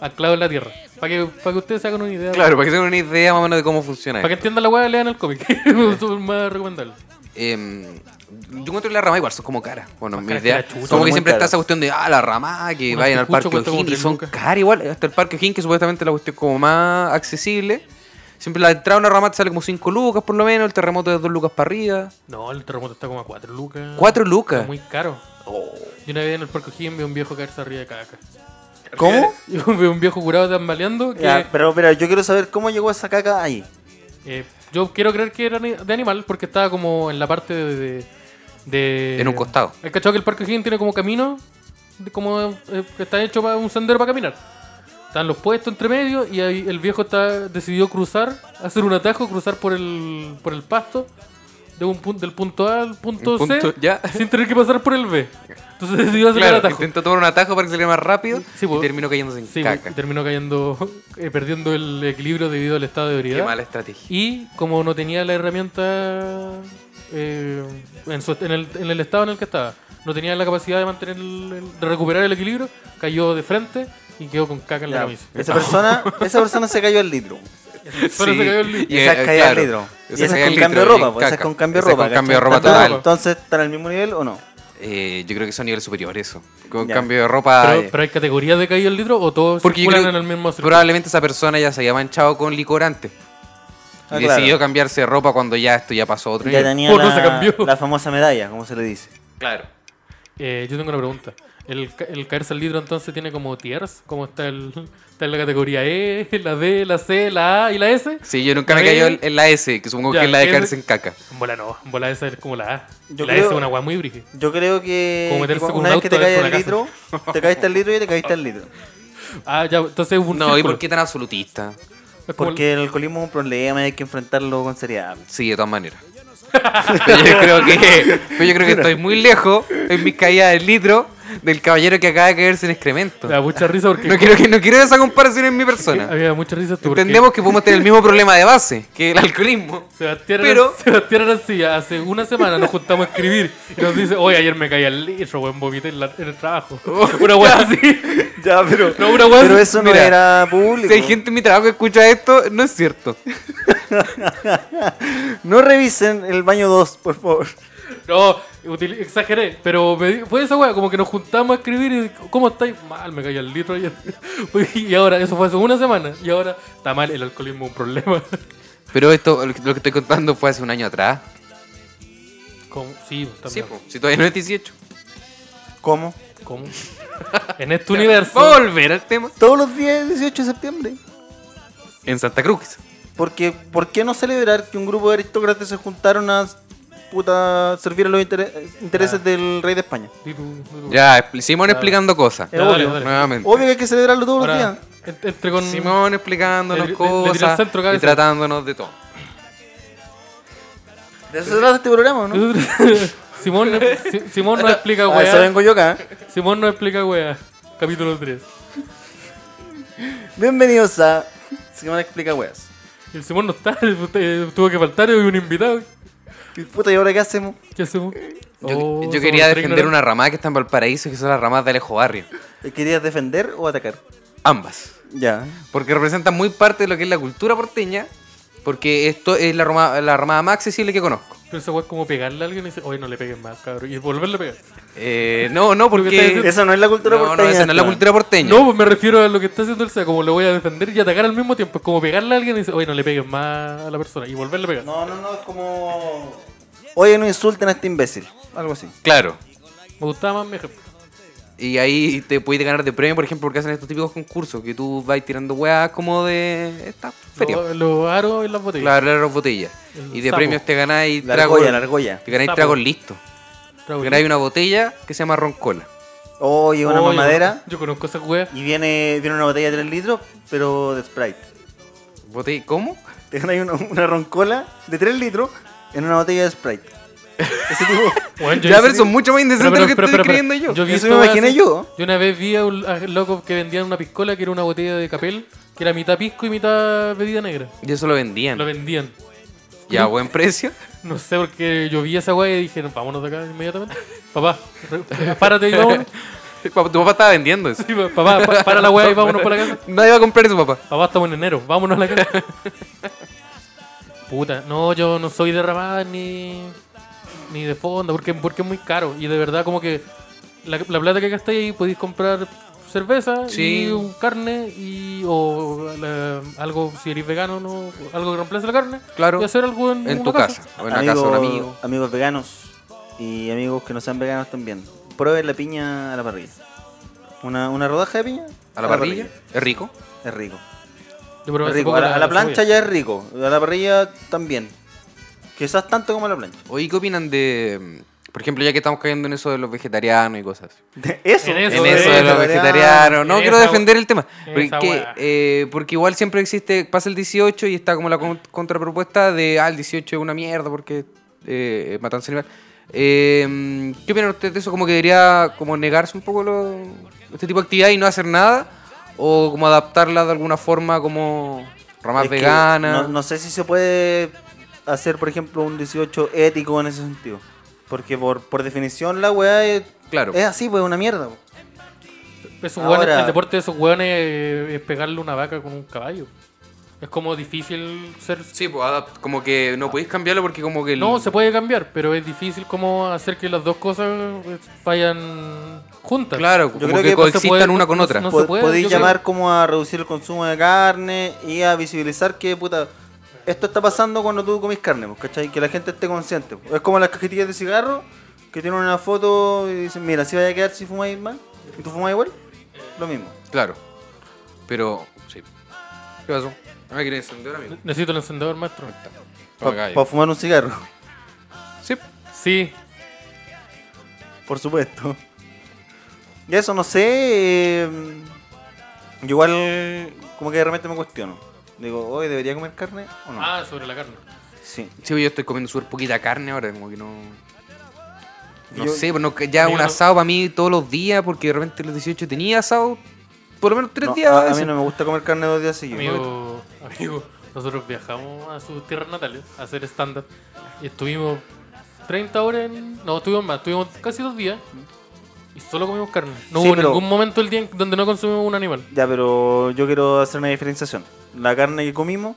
Speaker 3: Anclados en la Tierra. Para que, para que ustedes se hagan una idea.
Speaker 4: Claro, para que se hagan una idea más o menos de cómo funciona.
Speaker 3: Para que entiendan la wea, lean el cómic. es más recomendable.
Speaker 4: Eh, yo encuentro que la rama igual son como caras. Bueno, mi
Speaker 3: caras que
Speaker 4: idea.
Speaker 3: la chucha.
Speaker 2: Son
Speaker 4: Como
Speaker 2: muy
Speaker 4: que siempre está
Speaker 2: caras.
Speaker 4: esa cuestión de, ah, la rama, que
Speaker 3: Una
Speaker 4: vayan al
Speaker 3: escucha
Speaker 4: Parque
Speaker 3: cuesta como
Speaker 4: O'Higgins. Y
Speaker 3: tres
Speaker 4: son
Speaker 3: lucas.
Speaker 4: caras igual. Hasta el Parque O'Higgins, que supuestamente la cuestión es como más accesible. Siempre la entrada a una rama te sale como 5 lucas por lo menos. El terremoto es 2 lucas para arriba.
Speaker 3: No, el terremoto está como a 4 lucas.
Speaker 4: 4
Speaker 3: Está
Speaker 4: lucas.
Speaker 3: Mm.
Speaker 4: Oh.
Speaker 3: muy caro. Y una vez en el Parque O'Higgins vi a un viejo caerse arriba de caca.
Speaker 2: ¿Cómo?
Speaker 3: Yo vi a un viejo curado tambaleando que
Speaker 2: Ya, pero, pero yo quiero saber cómo llegó esa caca ahí.
Speaker 3: eh, yo quiero creer que era ni- de animal porque estaba como en la parte de... de- de-
Speaker 4: En un costado.
Speaker 3: ¿Has cachado que el Parque O'Higgins tiene como camino? de- Como eh, que está hecho para un sendero para caminar. Están los puestos entre medio y ahí el viejo está decidió cruzar, hacer un atajo, cruzar por el, por el pasto de un pun- del punto A al punto,
Speaker 4: El punto-
Speaker 3: C
Speaker 4: ya.
Speaker 3: sin tener que pasar por el B. Entonces decidió hacer el
Speaker 4: Claro,
Speaker 3: atajo.
Speaker 4: intentó tomar un atajo para que saliera más rápido.
Speaker 3: Sí,
Speaker 4: y
Speaker 3: pues.
Speaker 4: terminó cayéndose en
Speaker 3: Sí, pues,
Speaker 4: caca.
Speaker 3: terminó cayendo, eh, perdiendo el equilibrio debido al estado de
Speaker 4: Qué
Speaker 3: ebriedad.
Speaker 4: mala estrategia.
Speaker 3: Y como no tenía la herramienta eh, en, su- en el, en el estado en el que estaba, no tenía la capacidad de mantener el- el- de recuperar el equilibrio, cayó de frente y quedó con caca en
Speaker 2: Ya,
Speaker 3: la camisa.
Speaker 2: esa, persona, esa persona se cayó al litro.
Speaker 3: Solo se cayó el litro.
Speaker 2: Y esa caída
Speaker 4: eh, claro,
Speaker 2: al litro.
Speaker 4: esa
Speaker 2: Y esa
Speaker 4: caída
Speaker 2: es con
Speaker 4: al
Speaker 2: cambio de
Speaker 4: litro y
Speaker 2: ropa, pues, esa es
Speaker 4: caca.
Speaker 2: con cambio de
Speaker 4: Esa es
Speaker 2: ropa.
Speaker 4: con cambio de
Speaker 2: ¿cachai?
Speaker 4: ropa
Speaker 2: ¿Están-
Speaker 4: total.
Speaker 2: Entonces, ¿están al mismo nivel o no?
Speaker 4: Eh, yo creo que son nivel superior eso. Con
Speaker 2: Ya.
Speaker 4: cambio de ropa. eh,
Speaker 3: Pero, pero hay categorías de caído el litro o todos
Speaker 4: Porque yo
Speaker 3: circulan
Speaker 4: creo-
Speaker 3: en el mismo circuito?
Speaker 4: Probablemente esa persona ya se había manchado con licorante.
Speaker 2: Ah,
Speaker 4: y
Speaker 2: claro.
Speaker 4: decidió cambiarse de ropa cuando ya esto ya pasó a otro
Speaker 2: Ya
Speaker 4: nivel.
Speaker 2: tenía
Speaker 3: Oh, no, se
Speaker 2: la,
Speaker 3: cambió.
Speaker 2: la famosa medalla, como se le dice.
Speaker 4: Claro.
Speaker 3: Eh, yo tengo una pregunta. ¿El, ca- el caerse al litro entonces tiene como tiers? ¿Cómo está, el, está en la categoría E, la D, la C, la A y la S?
Speaker 4: Sí, yo nunca me
Speaker 3: A ver.
Speaker 4: cayó en, en la S, que supongo
Speaker 3: Ya,
Speaker 4: que es la de
Speaker 3: ¿qué-
Speaker 4: caerse en caca.
Speaker 3: En bola no, en bola esa es como la A.
Speaker 2: Yo
Speaker 3: la
Speaker 2: creo-
Speaker 3: S es una guay muy brígida.
Speaker 2: Yo creo que
Speaker 3: Como meterse
Speaker 2: que
Speaker 3: con
Speaker 2: una
Speaker 3: un
Speaker 2: vez que te
Speaker 3: auto
Speaker 2: caes
Speaker 3: dentro
Speaker 2: al
Speaker 3: de la
Speaker 2: litro, te caíste al litro y te caíste al litro.
Speaker 3: Ah, ya, entonces es un
Speaker 4: No, ¿y
Speaker 3: círculo.
Speaker 4: por qué tan absolutista?
Speaker 3: Es como el-
Speaker 2: Porque el alcoholismo es un problema y hay que enfrentarlo con seriedad.
Speaker 4: Sí, de todas maneras. pero yo creo que, pero yo creo que estoy muy lejos en mis caídas del litro del caballero que acaba de caerse en excremento.
Speaker 3: Me da mucha risa porque
Speaker 4: No quiero, que, no quiero esa comparación en mi persona.
Speaker 3: había mucha risa tú porque
Speaker 4: Entendemos que podemos tener el mismo problema de base, que el alcoholismo.
Speaker 3: Sebastián,
Speaker 4: pero-
Speaker 3: pero... Sebastián Arancilla, hace una semana nos juntamos a escribir y nos dice, oye, ayer me caí al litro, weón, vomité en, la- en el trabajo.
Speaker 4: Oh,
Speaker 3: Una weá así.
Speaker 2: Ya, pero.
Speaker 3: No, una weá
Speaker 2: pero
Speaker 3: así.
Speaker 2: eso no
Speaker 4: mira,
Speaker 2: era público.
Speaker 4: Si hay gente en mi trabajo que escucha esto, no es cierto.
Speaker 2: No revisen el baño 2, por favor.
Speaker 3: No, util- exageré, pero me di- fue esa weá, como que nos juntamos a escribir y ¿cómo estáis? Mal, me caí al litro ayer. Y ahora, eso fue hace una semana, y ahora está mal, el alcoholismo es un problema.
Speaker 4: Pero esto, lo que lo que estoy contando fue hace un año atrás.
Speaker 3: ¿Cómo? Sí, pues,
Speaker 4: Sí, pues.
Speaker 3: también.
Speaker 4: po, si todavía no es 18.
Speaker 2: ¿Cómo?
Speaker 3: ¿Cómo? En este universo...
Speaker 4: Vamos a volver al tema.
Speaker 2: Todos los días del 18 de septiembre.
Speaker 4: En Santa Cruz.
Speaker 2: Porque, ¿por qué no celebrar que un grupo de aristócratas se juntaron a puta, servir a los intere- intereses
Speaker 3: Ah.
Speaker 2: del rey de España?
Speaker 3: Di tu- di tu-
Speaker 4: Ya, expli- Simón explicando cosas.
Speaker 2: Es obvio.
Speaker 3: dale.
Speaker 4: Nuevamente.
Speaker 2: Obvio que hay que celebrarlo todos
Speaker 3: Ahora,
Speaker 2: los días.
Speaker 3: Ent- Entre con.
Speaker 4: Simón explicándonos
Speaker 3: Le- le- le tiré al
Speaker 4: cosas
Speaker 3: centro,
Speaker 4: y
Speaker 3: cabeza.
Speaker 4: tratándonos de todo.
Speaker 2: De eso se trata este programa, ¿no?
Speaker 3: Simón, Si- Simón nos
Speaker 4: Ah,
Speaker 3: explica
Speaker 2: A eso
Speaker 3: weá.
Speaker 2: vengo yo acá.
Speaker 3: Simón nos explica weá. Capítulo 3.
Speaker 2: Bienvenidos a Simón Explica Weas.
Speaker 3: El Simón no está, eh, tuvo que faltar, hoy un invitado.
Speaker 2: Y Puta, ¿y ahora qué hacemos?
Speaker 3: ¿Qué hacemos?
Speaker 4: Yo,
Speaker 3: Oh,
Speaker 4: yo
Speaker 3: somos
Speaker 4: quería
Speaker 3: re
Speaker 4: defender una
Speaker 3: ignorantes.
Speaker 4: ramada que está en Valparaíso, que son las ramas de Alejo Barrio.
Speaker 2: ¿Querías defender o atacar?
Speaker 4: Ambas.
Speaker 2: Ya.
Speaker 4: Porque representan muy parte de lo que es la cultura porteña, porque esto es la, rama- la ramada más accesible que conozco.
Speaker 3: Pero esa weá es como pegarle a alguien y decir, oye, no le peguen más, cabrón. Y volverle a pegar.
Speaker 4: Eh, no,
Speaker 3: Lo
Speaker 4: no,
Speaker 3: que está diciendo-
Speaker 4: porque...
Speaker 2: Esa no es la cultura
Speaker 4: no,
Speaker 2: porteña.
Speaker 4: no, esa no es la
Speaker 2: Esteban.
Speaker 4: cultura porteña.
Speaker 3: No, pues me refiero a lo que está haciendo el SEA, como lo voy a defender y atacar al mismo tiempo. Es como pegarle a alguien y decir, oye, no le peguen más a la persona. Y volverle a pegar.
Speaker 2: No, no, no, es como. Oye, no insulten a este imbécil. Algo así.
Speaker 4: Claro.
Speaker 3: Me gustaba más mi ejemplo.
Speaker 4: Y ahí te puedes ganar de premio, por ejemplo, porque hacen estos típicos concursos que tú vas tirando weas como de esta feria.
Speaker 3: Lo- Los aros en las botellas.
Speaker 4: Claro, las botellas.
Speaker 3: Oh, El
Speaker 4: Y de
Speaker 3: sapo.
Speaker 4: premios te ganáis
Speaker 2: La
Speaker 4: tragos.
Speaker 2: argolla, la argolla.
Speaker 4: Te ganáis
Speaker 3: Sapo.
Speaker 4: tragos listos. Te
Speaker 3: Trago.
Speaker 4: ganáis una botella que se llama Roncola.
Speaker 2: Oye, una
Speaker 3: Oh, yo-
Speaker 2: mamadera.
Speaker 3: Yo, conozco esas weas.
Speaker 2: Y viene, viene una botella de 3 litros, pero de Sprite.
Speaker 4: ¿Botella? ¿Cómo?
Speaker 2: Te ganas una, una roncola de 3 litros en una botella de Sprite. Ese tipo.
Speaker 3: Weón, yo
Speaker 4: Ya,
Speaker 3: hice-
Speaker 4: pero son mucho más indecentes de lo que estoy creyendo yo.
Speaker 3: he
Speaker 2: Eso
Speaker 3: visto
Speaker 2: me
Speaker 3: weas
Speaker 2: imaginé
Speaker 3: así.
Speaker 2: yo.
Speaker 3: Yo una vez vi a un a loco que vendían una piscola que era una botella de capel, que era mitad pisco y mitad bebida negra.
Speaker 4: Y eso lo vendían.
Speaker 3: Lo vendían.
Speaker 4: Y a buen precio.
Speaker 3: No sé, porque yo vi esa wea y dije, "No, vámonos de acá inmediatamente. Papá, re- párate y vámonos.
Speaker 4: Tu papá estaba vendiendo eso.
Speaker 3: Sí, papá, pa- para la wea y vámonos para la casa.
Speaker 4: Nadie va a comprar eso, papá.
Speaker 3: Papá, estamos en enero, vámonos a la casa. Puta, no, yo no soy de ramada ni, ni de fondo, porque, porque es muy caro. Y de verdad, como que la, la plata que gastáis ahí podéis comprar cerveza
Speaker 4: Sí.
Speaker 3: y un carne y o la- algo, si eres vegano, no, algo que reemplace la carne.
Speaker 4: Claro.
Speaker 3: Y hacer algo en,
Speaker 4: En
Speaker 3: una
Speaker 4: tu casa. O en la casa de un amigo.
Speaker 2: Amigos veganos y amigos que no sean veganos también. Prueben la piña a la parrilla. Una, una rodaja de piña
Speaker 4: A la parrilla. Es rico.
Speaker 2: Es rico.
Speaker 3: Yo probé
Speaker 2: Es
Speaker 3: hace
Speaker 2: rico.
Speaker 3: poco
Speaker 2: A la, a la plancha
Speaker 3: cebolla.
Speaker 2: ya es rico. A la parrilla también. Quizás tanto como a la plancha.
Speaker 4: Oye, ¿qué opinan de. mm, Por ejemplo, ya que estamos cayendo en eso de los vegetarianos y cosas. así?
Speaker 2: De eso.
Speaker 3: En eso,
Speaker 4: en eso de los vegetarianos. No
Speaker 3: En
Speaker 4: quiero
Speaker 3: esa
Speaker 4: defender el tema.
Speaker 3: en
Speaker 4: Porque,
Speaker 3: esa hueá.
Speaker 4: eh, porque igual siempre existe. Pasa el 18 y está como la con- contrapropuesta de. Ah, el 18 es una mierda porque. Eh, matanza animal. Eh, ¿Qué opinan ustedes de eso? ¿Como que debería como negarse un poco lo- este tipo de actividad y no hacer nada? ¿O como adaptarla de alguna forma como ramas
Speaker 2: Es que
Speaker 4: veganas?
Speaker 2: No, no sé si se puede hacer, por ejemplo, un 18 ético en ese sentido. Porque por, por definición la weá es,
Speaker 4: Claro.
Speaker 2: es así, pues una mierda. po.
Speaker 3: Esos
Speaker 2: Ahora-
Speaker 3: hueones- el deporte de esos hueones eh, es pegarle una vaca con un caballo. Es como difícil ser
Speaker 4: Sí, pues adapt- como que no podéis cambiarlo porque como que... el-
Speaker 3: No, se puede cambiar, pero es difícil como hacer que las dos cosas eh, vayan juntas.
Speaker 4: Claro,
Speaker 2: Yo
Speaker 4: como
Speaker 2: creo
Speaker 4: que,
Speaker 2: que no
Speaker 3: se
Speaker 4: coexistan
Speaker 3: puede-
Speaker 4: una con
Speaker 3: no-
Speaker 4: otra.
Speaker 3: no se
Speaker 2: Po-
Speaker 3: puede,
Speaker 2: Podéis
Speaker 3: yo creo.
Speaker 2: llamar como a reducir el consumo de carne y a visibilizar que, puta, esto está pasando cuando tú comís carne, po, ¿cachai? Que la gente esté consciente. po. Es como las cajetillas de cigarro que tienen una foto y dicen, mira, si vaya a quedar si fumáis más y tú fumas igual,
Speaker 3: Eh,
Speaker 2: lo mismo.
Speaker 4: Claro. Pero, sí. ¿Qué pasó? Ah, quería encender, amigo.
Speaker 3: Necesito el encendedor, maestro.
Speaker 2: Para fumar un cigarro,
Speaker 4: Sí.
Speaker 3: Sí,
Speaker 2: por supuesto. Y eso, no sé. eh, yo igual, como que de repente me cuestiono. Digo, hoy debería comer carne o no?
Speaker 3: ah, sobre la carne.
Speaker 2: Sí.
Speaker 4: Sí, yo estoy comiendo súper poquita carne ahora, como que no... No
Speaker 2: Yo-
Speaker 4: sé, pero no- ya
Speaker 3: Yo
Speaker 4: un
Speaker 3: no-
Speaker 4: asado para mí todos los días, porque de repente los 18 tenía asado por lo menos tres
Speaker 2: No,
Speaker 4: días.
Speaker 2: a, a
Speaker 4: veces.
Speaker 2: mí no me gusta comer carne dos días seguidos.
Speaker 3: Amigo, amigo, nosotros viajamos a sus tierras natales ¿eh? a hacer stand-up y estuvimos 30 horas en... No, estuvimos más, estuvimos casi dos días y solo comimos carne. No
Speaker 2: Sí,
Speaker 3: hubo
Speaker 2: pero-
Speaker 3: ningún momento del día en donde no consumimos un animal.
Speaker 2: Ya, pero yo quiero hacer una diferenciación. La carne que comimos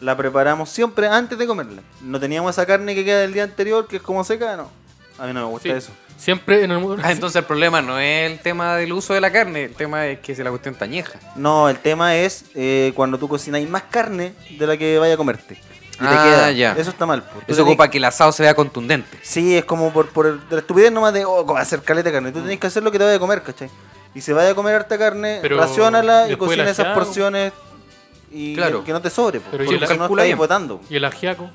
Speaker 2: la preparamos siempre antes de comerla. No teníamos esa carne que queda del día anterior, que es como seca, no. A mí no me gusta
Speaker 3: Sí,
Speaker 2: eso.
Speaker 3: Siempre en el mundo...
Speaker 4: Ah, entonces el problema no es el tema del uso de la carne, el tema es que se la cuestión tañeja.
Speaker 2: No, el tema es eh, cuando tú cocináis más carne de la que vaya a comerte. Y te
Speaker 4: Ah,
Speaker 2: queda.
Speaker 4: ya.
Speaker 2: Eso está mal. po. Tú
Speaker 4: Eso como
Speaker 2: tenés-
Speaker 4: para que el asado se vea contundente.
Speaker 2: Sí, es como por, por el- de la estupidez nomás de oh, hacer caleta de carne. Tú tenés que hacer lo que te vaya a comer, ¿cachai? Y se vaya a comer harta carne,
Speaker 3: Pero
Speaker 2: racionala y
Speaker 3: después
Speaker 2: cocina
Speaker 3: la
Speaker 2: esas
Speaker 3: hago.
Speaker 2: porciones y
Speaker 4: Claro.
Speaker 2: que, que no te sobre, po,
Speaker 3: Pero
Speaker 2: porque
Speaker 3: yo la-
Speaker 2: si no
Speaker 4: calcula
Speaker 2: estás
Speaker 4: bien.
Speaker 2: botando.
Speaker 3: Y el ajiaco.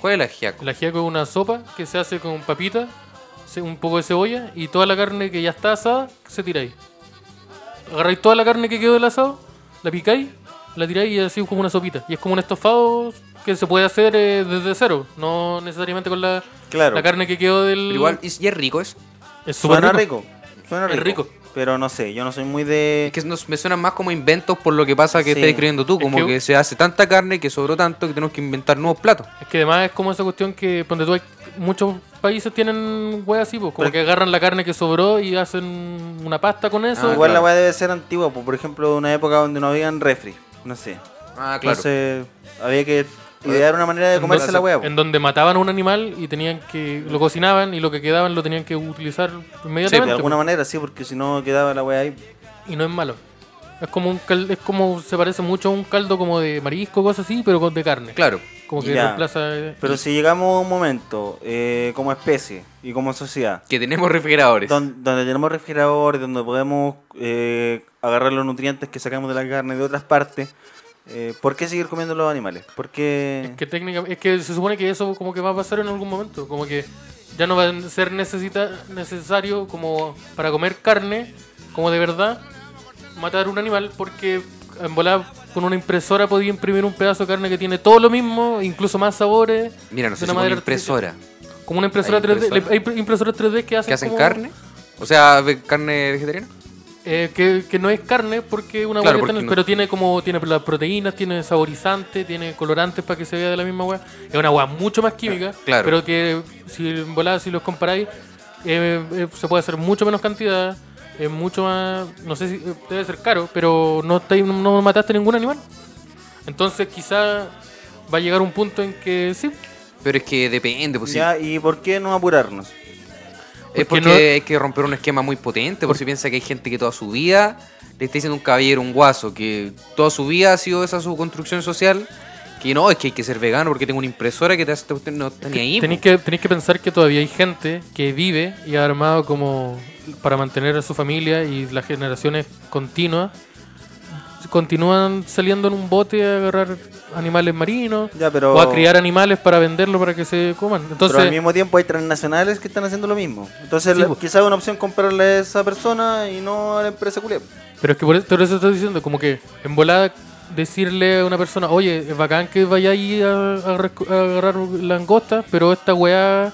Speaker 4: ¿Cuál es la ajiaco?
Speaker 3: El ajiaco es una sopa que se hace con papita, se- un poco de cebolla y toda la carne que ya está asada se tira ahí. agarráis toda la carne que quedó del asado, la picáis, la tiráis y así es como una sopita. Y es como un estofado que se puede hacer eh, desde cero, no necesariamente con la,
Speaker 2: Claro.
Speaker 3: la carne que quedó del.
Speaker 4: Pero igual, ¿y y es rico eso?
Speaker 3: es súper
Speaker 2: Suena rico. Suena
Speaker 3: Es
Speaker 2: rico.
Speaker 3: rico.
Speaker 2: Pero no sé, yo no soy muy de.
Speaker 4: Es que nos- me suenan más como inventos por lo que pasa que
Speaker 2: Sí.
Speaker 4: estás escribiendo tú,
Speaker 3: Es
Speaker 4: como
Speaker 3: que-
Speaker 4: que... se hace tanta carne que sobró tanto que tenemos que inventar nuevos platos.
Speaker 3: Es que además es como esa cuestión que ponte tú, hay- muchos países tienen weas así, pues, como
Speaker 2: Pero-
Speaker 3: que agarran la carne que sobró y hacen una pasta con eso.
Speaker 2: Ah, igual la
Speaker 4: claro.
Speaker 2: weá debe ser antigua, po, por ejemplo, de una época donde no habían refri. No sé.
Speaker 4: Ah,
Speaker 2: Entonces, había que idear una manera de
Speaker 3: En
Speaker 2: comerse
Speaker 3: donde-
Speaker 2: la weá. po.
Speaker 3: En donde mataban a un animal y tenían que lo cocinaban y lo que quedaban lo tenían que utilizar
Speaker 2: De
Speaker 3: inmediatamente.
Speaker 2: alguna manera, sí, porque si no quedaba la weá ahí.
Speaker 3: y no es malo. Es como un cal- es como se parece mucho a un caldo como de marisco, cosas así, pero con de carne.
Speaker 4: Claro.
Speaker 3: Como que
Speaker 2: Ya.
Speaker 3: reemplaza eh,
Speaker 2: Pero si llegamos a un momento, eh, como especie y como sociedad,
Speaker 4: Que tenemos refrigeradores.
Speaker 2: don- donde tenemos refrigeradores, donde podemos eh, agarrar los nutrientes que sacamos de la carne de otras partes, eh, ¿por qué seguir comiendo los animales? ¿Por qué?
Speaker 3: Es que técnica, es que se supone que eso como que va a pasar en algún momento, como que ya no va a ser necesita, necesario como para comer carne, como de verdad, matar un animal, porque en volada con una impresora podía imprimir un pedazo de carne que tiene todo lo mismo, incluso más sabores.
Speaker 4: Mira, no
Speaker 3: de
Speaker 4: sé si
Speaker 3: una
Speaker 4: con
Speaker 3: manera
Speaker 4: impresora.
Speaker 3: artificial. Como una impresora
Speaker 4: ¿Hay
Speaker 3: 3D.
Speaker 4: impresora?
Speaker 3: le- Hay impresoras 3D que hacen,
Speaker 4: ¿Que hacen
Speaker 3: como-
Speaker 4: carne? O sea, ve- carne vegetariana.
Speaker 3: Eh, que, que no es carne porque una
Speaker 4: Claro,
Speaker 3: hueá que
Speaker 4: porque
Speaker 3: tiene-
Speaker 4: no-
Speaker 3: pero tiene como tiene las proteínas, tiene saborizante, tiene colorantes para que se vea de la misma hueá. Es una hueá mucho más química,
Speaker 4: Claro.
Speaker 3: pero que si en volada, si los comparáis, eh, eh, se puede hacer mucho menos cantidad, es mucho más, no sé si eh, debe ser caro, pero no estáis- no mataste ningún animal. Entonces quizá va a llegar un punto en que sí,
Speaker 4: Pero es que depende, pues sí.
Speaker 2: Ya, ¿Y por qué no apurarnos?
Speaker 4: Es
Speaker 3: Porque
Speaker 4: porque
Speaker 3: no-
Speaker 4: hay que romper un esquema muy potente, por si piensa que hay gente que toda su vida le está diciendo a un caballero, un guaso, que toda su vida ha sido esa su construcción social, que no, es que hay que ser vegano porque tengo una impresora que te hace esta cuestión, no está ni ahí.
Speaker 3: Tenéis
Speaker 4: po.
Speaker 3: que, tenéis que pensar que todavía hay gente que vive y ha armado como para mantener a su familia y las generaciones continuas continúan saliendo en un bote a agarrar animales marinos
Speaker 2: Ya, pero-
Speaker 3: o a criar animales para venderlo para que se coman.
Speaker 2: Pero al
Speaker 3: Entonces,
Speaker 2: mismo tiempo hay transnacionales que están haciendo lo mismo. Entonces,
Speaker 3: Sí,
Speaker 2: la-
Speaker 3: po.
Speaker 2: quizás una opción comprarle a esa persona y no a la empresa culé.
Speaker 3: pero es que por eso, por eso estoy diciendo, como que en volada decirle a una persona, oye, es bacán que vayáis a, a resc- a agarrar langosta, pero esta weá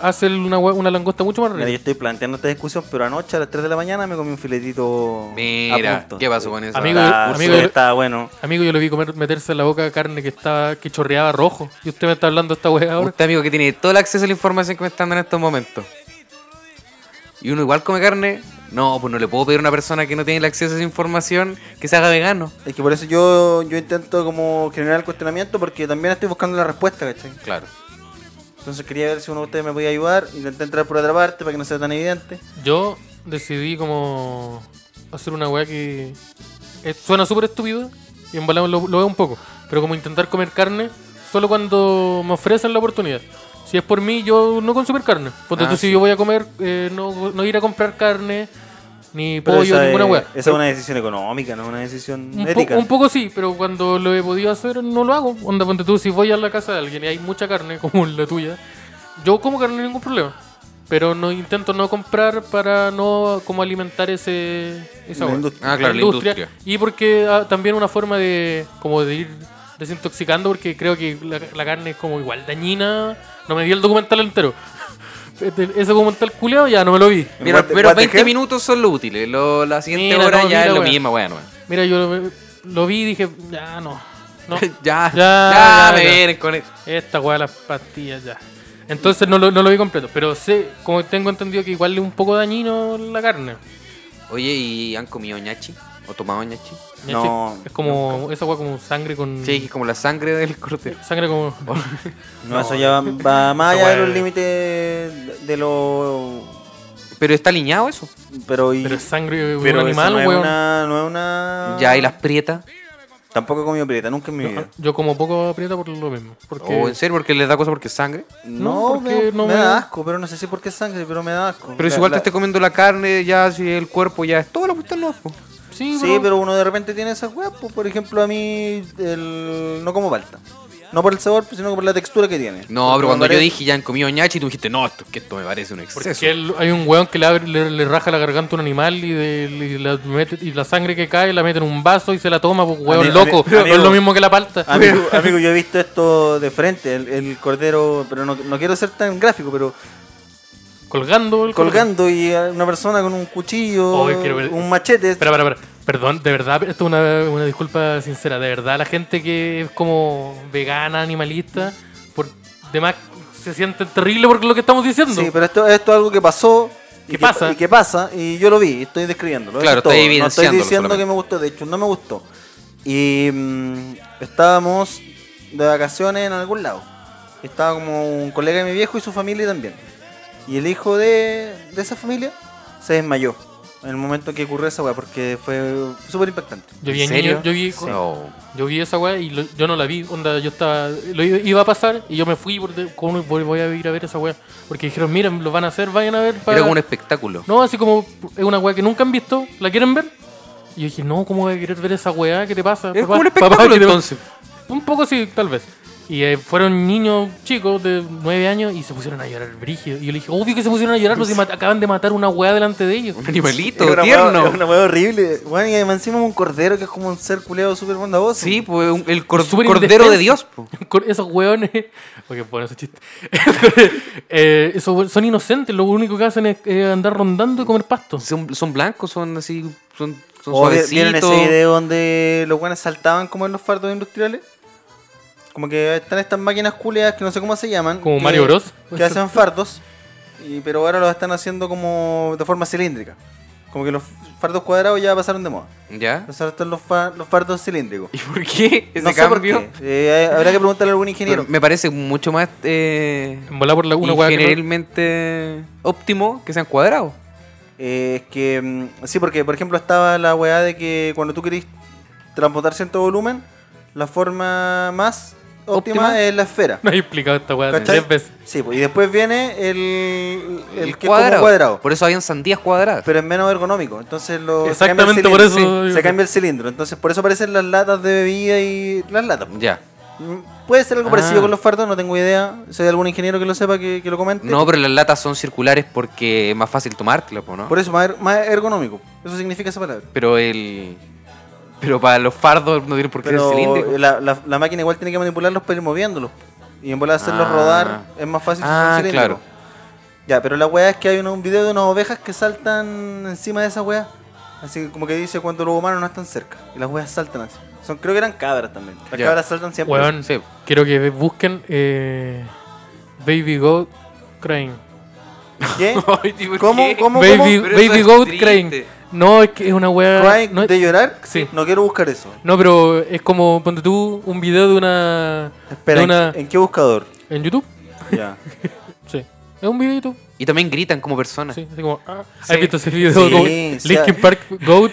Speaker 3: hace una, weá- una langosta mucho más rica.
Speaker 2: Mira, yo estoy planteando esta discusión, pero anoche a las 3 de la mañana me comí un filetito. a
Speaker 4: Mira,
Speaker 2: punto.
Speaker 4: ¿qué pasó con eso?
Speaker 3: Amigo,
Speaker 2: Ah,
Speaker 3: amigo,
Speaker 2: sí,
Speaker 3: yo-
Speaker 2: estaba bueno.
Speaker 3: Amigo, yo lo vi comer, meterse en la boca carne que estaba, que chorreaba rojo. Y usted me está hablando esta weá ahora.
Speaker 4: Usted, amigo, que tiene todo el acceso a la información que me están dando en estos momentos. Y uno igual come carne. No, pues no le puedo pedir a una persona que no tiene el acceso a esa información que se haga vegano.
Speaker 2: Es que por eso yo, yo intento como generar el cuestionamiento porque también estoy buscando la respuesta, ¿cachai?
Speaker 4: Claro.
Speaker 2: Entonces quería ver si uno de ustedes me podía ayudar. Intenté entrar por otra parte para que no sea tan evidente.
Speaker 3: Yo decidí como hacer una weá que eh, suena súper estúpido y en volada lo, lo veo un poco. Pero como intentar comer carne solo cuando me ofrecen la oportunidad. Si es por mí, yo no consumir carne. Porque
Speaker 4: Ah,
Speaker 3: tú, si
Speaker 4: sí.
Speaker 3: yo voy a comer, eh, no, no ir a comprar carne, ni
Speaker 2: Pero
Speaker 3: pollo,
Speaker 2: esa
Speaker 3: ninguna
Speaker 2: es-
Speaker 3: weá.
Speaker 2: Esa es una decisión económica, no es una decisión
Speaker 3: Un, po-
Speaker 2: ética.
Speaker 3: un poco sí, pero cuando lo he podido hacer no lo hago. Onda, ponte tú, si voy a la casa de alguien y hay mucha carne, como la tuya, yo como carne ningún problema. Pero no intento no comprar para no como alimentar ese esa
Speaker 2: La
Speaker 3: hueá.
Speaker 2: industria.
Speaker 4: Ah, claro, la industria.
Speaker 3: Y porque ah, también una forma de como de ir desintoxicando, porque creo que la, la carne es como igual dañina. No me vi el documental entero. Este, Ese documental culeado ya no me lo vi.
Speaker 4: Mira,
Speaker 2: What the-
Speaker 4: pero
Speaker 2: what the
Speaker 4: 20
Speaker 2: hell?
Speaker 4: minutos son los útiles. Lo- la siguiente
Speaker 3: Mira,
Speaker 4: hora
Speaker 3: no,
Speaker 4: ya
Speaker 3: mira,
Speaker 4: es lo
Speaker 3: weón.
Speaker 4: mismo, bueno.
Speaker 3: Mira, yo lo, lo vi y dije, ya no. no.
Speaker 4: ya,
Speaker 3: Ya,
Speaker 4: ya,
Speaker 3: ya,
Speaker 4: me
Speaker 3: ya.
Speaker 4: vienen con e- esto.
Speaker 3: Esta weá de las pastillas ya. Entonces no lo, no lo vi completo, pero sé, como tengo entendido que igual es un poco dañino la carne.
Speaker 4: Oye, ¿y han comido ñachi? ¿O tomado ñachi?
Speaker 2: No,
Speaker 3: Es como esa weá como sangre con.
Speaker 4: Sí, que es como la sangre del cordero.
Speaker 3: Sangre como.
Speaker 2: No, eso ya va,
Speaker 4: eh.
Speaker 2: va más
Speaker 3: Esa
Speaker 2: allá
Speaker 3: weá
Speaker 2: de los
Speaker 3: es-
Speaker 2: límites de, de lo.
Speaker 4: Pero está aliñado eso.
Speaker 2: Pero, y,
Speaker 3: Pero es sangre de un
Speaker 2: pero esa
Speaker 3: animal,
Speaker 2: no, es
Speaker 3: weón.
Speaker 2: una, no es una.
Speaker 4: Ya, y las prietas.
Speaker 2: Tampoco he comido prieta, nunca en mi vida.
Speaker 3: Yo como poco aprieta por lo mismo. Porque
Speaker 2: Oh,
Speaker 4: ¿O Oh, en serio? Porque les da cosa porque es sangre.
Speaker 3: No,
Speaker 2: No,
Speaker 3: porque
Speaker 2: me,
Speaker 3: no
Speaker 2: me
Speaker 3: me-
Speaker 2: da asco, pero no sé si por qué es sangre, pero me da asco.
Speaker 4: Pero si
Speaker 2: La-
Speaker 4: igual
Speaker 2: la-
Speaker 4: te esté comiendo la carne, ya si el cuerpo ya es todo lo que está loco.
Speaker 3: Sí,
Speaker 2: Sí, pero uno de repente tiene esas weas, pues, por ejemplo, a mí el... no como palta. No por el sabor, sino por la textura que tiene.
Speaker 4: No, pero
Speaker 2: Porque
Speaker 4: cuando yo
Speaker 2: parece-
Speaker 4: dije ya han comido ñachi, tú dijiste, no, esto, que esto me parece un
Speaker 3: Porque
Speaker 4: exceso.
Speaker 3: él- hay un weón que le, abre- le- le raja la garganta a un animal y, de- y la mete- y la sangre que cae la mete en un vaso y se la toma, pues, weón
Speaker 2: Amigo,
Speaker 3: loco.
Speaker 2: amigo,
Speaker 3: no es lo mismo que la palta.
Speaker 2: Amigo, amigo, yo he visto esto de frente, el, el cordero, pero no, no quiero ser tan gráfico, pero
Speaker 3: Colgando. el-
Speaker 2: colgando y a una persona con un cuchillo,
Speaker 3: Oh, quiero ver-
Speaker 2: un machete.
Speaker 3: Espera, espera, espera. Perdón, de verdad, esto es una, una disculpa sincera. De verdad, la gente que es como vegana, animalista, por demás se siente terrible por lo que estamos diciendo.
Speaker 2: Sí, pero esto, esto es algo que pasó. y que-
Speaker 3: ¿Qué pasa?
Speaker 2: Y que pasa, y yo lo vi, estoy describiéndolo.
Speaker 4: Claro,
Speaker 2: eso es
Speaker 4: estoy
Speaker 2: todo. No estoy
Speaker 4: evidenciándolo
Speaker 2: diciendo
Speaker 4: solamente.
Speaker 2: que me gustó, de hecho, no me gustó. Y mm, estábamos de vacaciones en algún lado. Estaba como un colega de mi viejo y su familia también. Y el hijo de, de esa familia se desmayó en el momento en que ocurrió esa weá, porque fue súper impactante.
Speaker 3: Yo vi,
Speaker 4: ¿En
Speaker 3: a niños- yo
Speaker 4: serio?
Speaker 3: vi-
Speaker 4: No.
Speaker 3: Yo vi esa weá y lo- yo no la vi. Onda, yo estaba. Lo iba, iba a pasar y yo me fui. Por de- ¿Cómo voy, voy a ir a ver esa weá? Porque dijeron, miren, lo van a hacer, vayan a ver. para-".
Speaker 4: Era como un espectáculo.
Speaker 3: No, así como es una weá que nunca han visto, ¿la quieren ver? Y yo dije, no, ¿cómo voy a querer ver esa weá? ¿Qué te pasa?
Speaker 4: Es
Speaker 3: papá?
Speaker 4: como un
Speaker 3: Papá,
Speaker 4: espectáculo
Speaker 3: ¿qué te-
Speaker 4: entonces.
Speaker 3: Un poco sí, tal vez. Y eh, fueron niños chicos de 9 años y se pusieron a llorar brígido. Y yo le dije, obvio que se pusieron a llorar, pues si mat- acaban de matar una weá delante de ellos.
Speaker 4: Un
Speaker 2: Era
Speaker 4: animalito,
Speaker 2: una
Speaker 4: tierno.
Speaker 2: hueá- era una hueá horrible. Bueno, y además encima un cordero que es como un ser culeado súper bondadoso.
Speaker 4: Sí, pues un- el cor-
Speaker 3: Súper
Speaker 4: cordero
Speaker 3: indefenso.
Speaker 4: de Dios. po.
Speaker 3: Con esos hueones. Porque bueno ese chiste. Eh, esos hue- son inocentes, lo único que hacen es eh, andar rondando y comer pasto.
Speaker 4: Son, son blancos, son así, son, son
Speaker 2: ¿O Oh, vi- ¿Vieron ese
Speaker 4: suavecitos.
Speaker 2: video donde los buenos saltaban como en los fardos industriales? Como que están estas máquinas culeadas que no sé cómo se llaman.
Speaker 3: Como
Speaker 2: que-
Speaker 3: Mario Bros.
Speaker 2: Que hacen fardos, y, pero ahora los están haciendo como de forma cilíndrica. Como que los fardos cuadrados ya pasaron de moda.
Speaker 4: ¿Ya?
Speaker 2: Entonces ahora están los, fa- los fardos cilíndricos.
Speaker 4: ¿Y por qué ese
Speaker 2: no sé por
Speaker 4: cambio?
Speaker 2: qué. Eh, habrá que preguntarle a algún ingeniero.
Speaker 4: Pero me parece mucho más eh,
Speaker 3: En volar por la, una hueá que no-
Speaker 4: generalmente óptimo que sean cuadrados.
Speaker 2: Eh, es que, mm, sí, porque por ejemplo estaba la weá de que cuando tú querés transportar cierto volumen, la forma más óptima,
Speaker 4: Óptima.
Speaker 2: es la esfera.
Speaker 3: no he explicado esta hueá
Speaker 2: ¿Cachai?
Speaker 3: tres veces.
Speaker 2: Sí, pues, y después viene el, el, que es como
Speaker 4: cuadrado.
Speaker 2: cuadrado.
Speaker 4: Por eso habían sandías cuadradas.
Speaker 2: Pero es menos ergonómico. Entonces lo, se cambia el
Speaker 3: Exactamente por
Speaker 2: cilindro.
Speaker 3: eso. digo,
Speaker 2: Se cambia el cilindro. Entonces por eso aparecen las latas de bebida y las latas.
Speaker 4: Ya.
Speaker 2: Mm, Puede ser algo
Speaker 4: Ah.
Speaker 2: parecido con los fardos, no tengo idea. Si hay algún ingeniero que lo sepa, que, que lo comente.
Speaker 4: No, pero las latas son circulares porque es más fácil tomártelas, po, ¿no?
Speaker 2: Por eso, más, er- más ergonómico. Eso significa esa palabra.
Speaker 4: Pero el. Pero para los fardos no tienen por qué ser cilíndricos.
Speaker 2: Pero la, la- la máquina igual tiene que manipularlos para ir moviéndolos. Y en volar hacerlos
Speaker 4: Ah.
Speaker 2: rodar es más fácil si son
Speaker 4: Ah,
Speaker 2: cilíndricos.
Speaker 4: claro.
Speaker 2: Ya, pero la weá es que hay una- un video de unas ovejas que saltan encima de esa weá. Así que como que dice cuando los humanos no están cerca. Y las weas saltan así. Son, creo que eran cabras también. Las
Speaker 4: Ya.
Speaker 2: cabras saltan siempre.
Speaker 3: Weón,
Speaker 4: Sí.
Speaker 3: Quiero que busquen eh, Baby Goat Crane.
Speaker 2: ¿Qué?
Speaker 4: Ay, tío, ¿por
Speaker 2: ¿Cómo,
Speaker 4: qué?
Speaker 2: cómo,
Speaker 3: Baby,
Speaker 2: cómo?
Speaker 4: Pero
Speaker 3: Baby
Speaker 4: eso es
Speaker 3: Goat
Speaker 4: triste.
Speaker 3: Crane. No, es que es una weá.
Speaker 2: Cry
Speaker 3: no,
Speaker 2: de llorar?
Speaker 3: Sí.
Speaker 2: No quiero buscar eso.
Speaker 3: no, pero es como, ponte tú, un video de una.
Speaker 2: Espera,
Speaker 3: de
Speaker 2: ¿en-
Speaker 3: una
Speaker 2: ¿en, qué buscador?
Speaker 3: ¿En YouTube?
Speaker 2: Ya.
Speaker 3: Sí. Es un video de YouTube.
Speaker 4: Y también gritan como personas.
Speaker 3: Sí, así como. ah.
Speaker 4: Sí.
Speaker 3: ¿Has visto ese video?
Speaker 2: Sí,
Speaker 3: Como
Speaker 2: sí.
Speaker 3: Linkin Park Goat.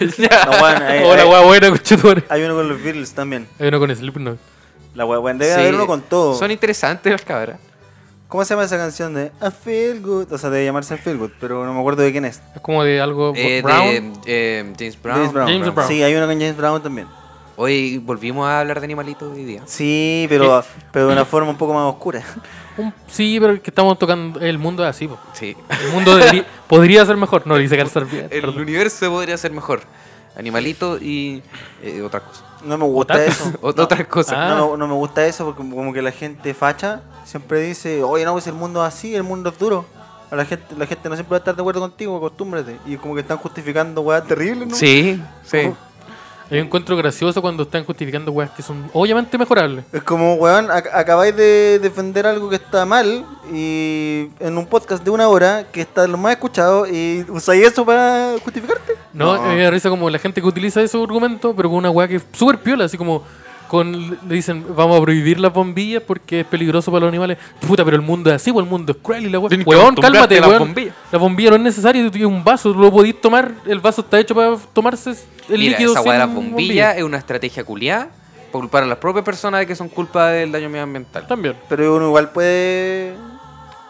Speaker 2: No, weón, hay,
Speaker 3: Hola,
Speaker 2: hay-
Speaker 3: weá, buena, conchetumare.
Speaker 2: hay uno con los Beatles también.
Speaker 3: Hay uno con Slipknot.
Speaker 2: La wea, weón, debe
Speaker 4: Sí.
Speaker 2: haber uno con todo.
Speaker 4: Son interesantes las cabras.
Speaker 2: ¿Cómo se llama esa canción de I Feel Good? O sea, debe llamarse I Feel Good, pero no me acuerdo de quién es.
Speaker 3: Es como de algo.
Speaker 4: Eh,
Speaker 3: Brown.
Speaker 4: de, eh, James Brown.
Speaker 2: James Brown.
Speaker 3: James Brown.
Speaker 2: Sí, hay una con James Brown también.
Speaker 4: Hoy volvimos a hablar de animalitos hoy día.
Speaker 2: Sí, pero, pero de una forma un poco más oscura.
Speaker 3: Un- sí, pero es que estamos tocando. El mundo es así, po.
Speaker 4: Sí.
Speaker 3: El mundo debería- podría ser mejor. No, dice Garzar Vidal,
Speaker 4: El
Speaker 3: perdón.
Speaker 4: universo podría ser mejor. Animalito y eh, otra cosa.
Speaker 2: No me gusta eso.
Speaker 4: O-
Speaker 2: No,
Speaker 4: Otra cosa.
Speaker 3: Ah.
Speaker 2: no, me- no me gusta eso porque como que la gente facha siempre dice, oye, no, pues el mundo es así, el mundo es duro. A la gente, la gente no siempre va a estar de acuerdo contigo, acostúmbrate. Y como que están justificando weas terribles, ¿no?
Speaker 4: Sí, sí.
Speaker 3: Yo encuentro gracioso cuando están justificando weas que son obviamente mejorables.
Speaker 2: Es como, weón, ac- acabáis de defender algo que está mal y en un podcast de una hora que está lo más escuchado y usáis eso para justificarte.
Speaker 3: No,
Speaker 4: No.
Speaker 3: A mí me da risa como la gente que utiliza ese argumento, pero con una wea que es súper piola, así como con le dicen vamos a prohibir las bombillas porque es peligroso para los animales. Puta, pero el mundo es así, pues el mundo es cruel y la wea.
Speaker 4: Tienes que
Speaker 3: Weón,
Speaker 4: acostumbrarte
Speaker 3: cálmate,
Speaker 4: a las
Speaker 3: weón.
Speaker 4: bombillas.
Speaker 3: La bombilla no es necesaria, tú tienes un vaso, lo podís tomar, el vaso está hecho para tomarse el
Speaker 4: Mira,
Speaker 3: líquido
Speaker 4: esa
Speaker 3: sin
Speaker 4: hueá de las bombillas es una estrategia culiada para culpar a las propias personas de que son culpa del daño medioambiental.
Speaker 3: También.
Speaker 2: Pero uno igual puede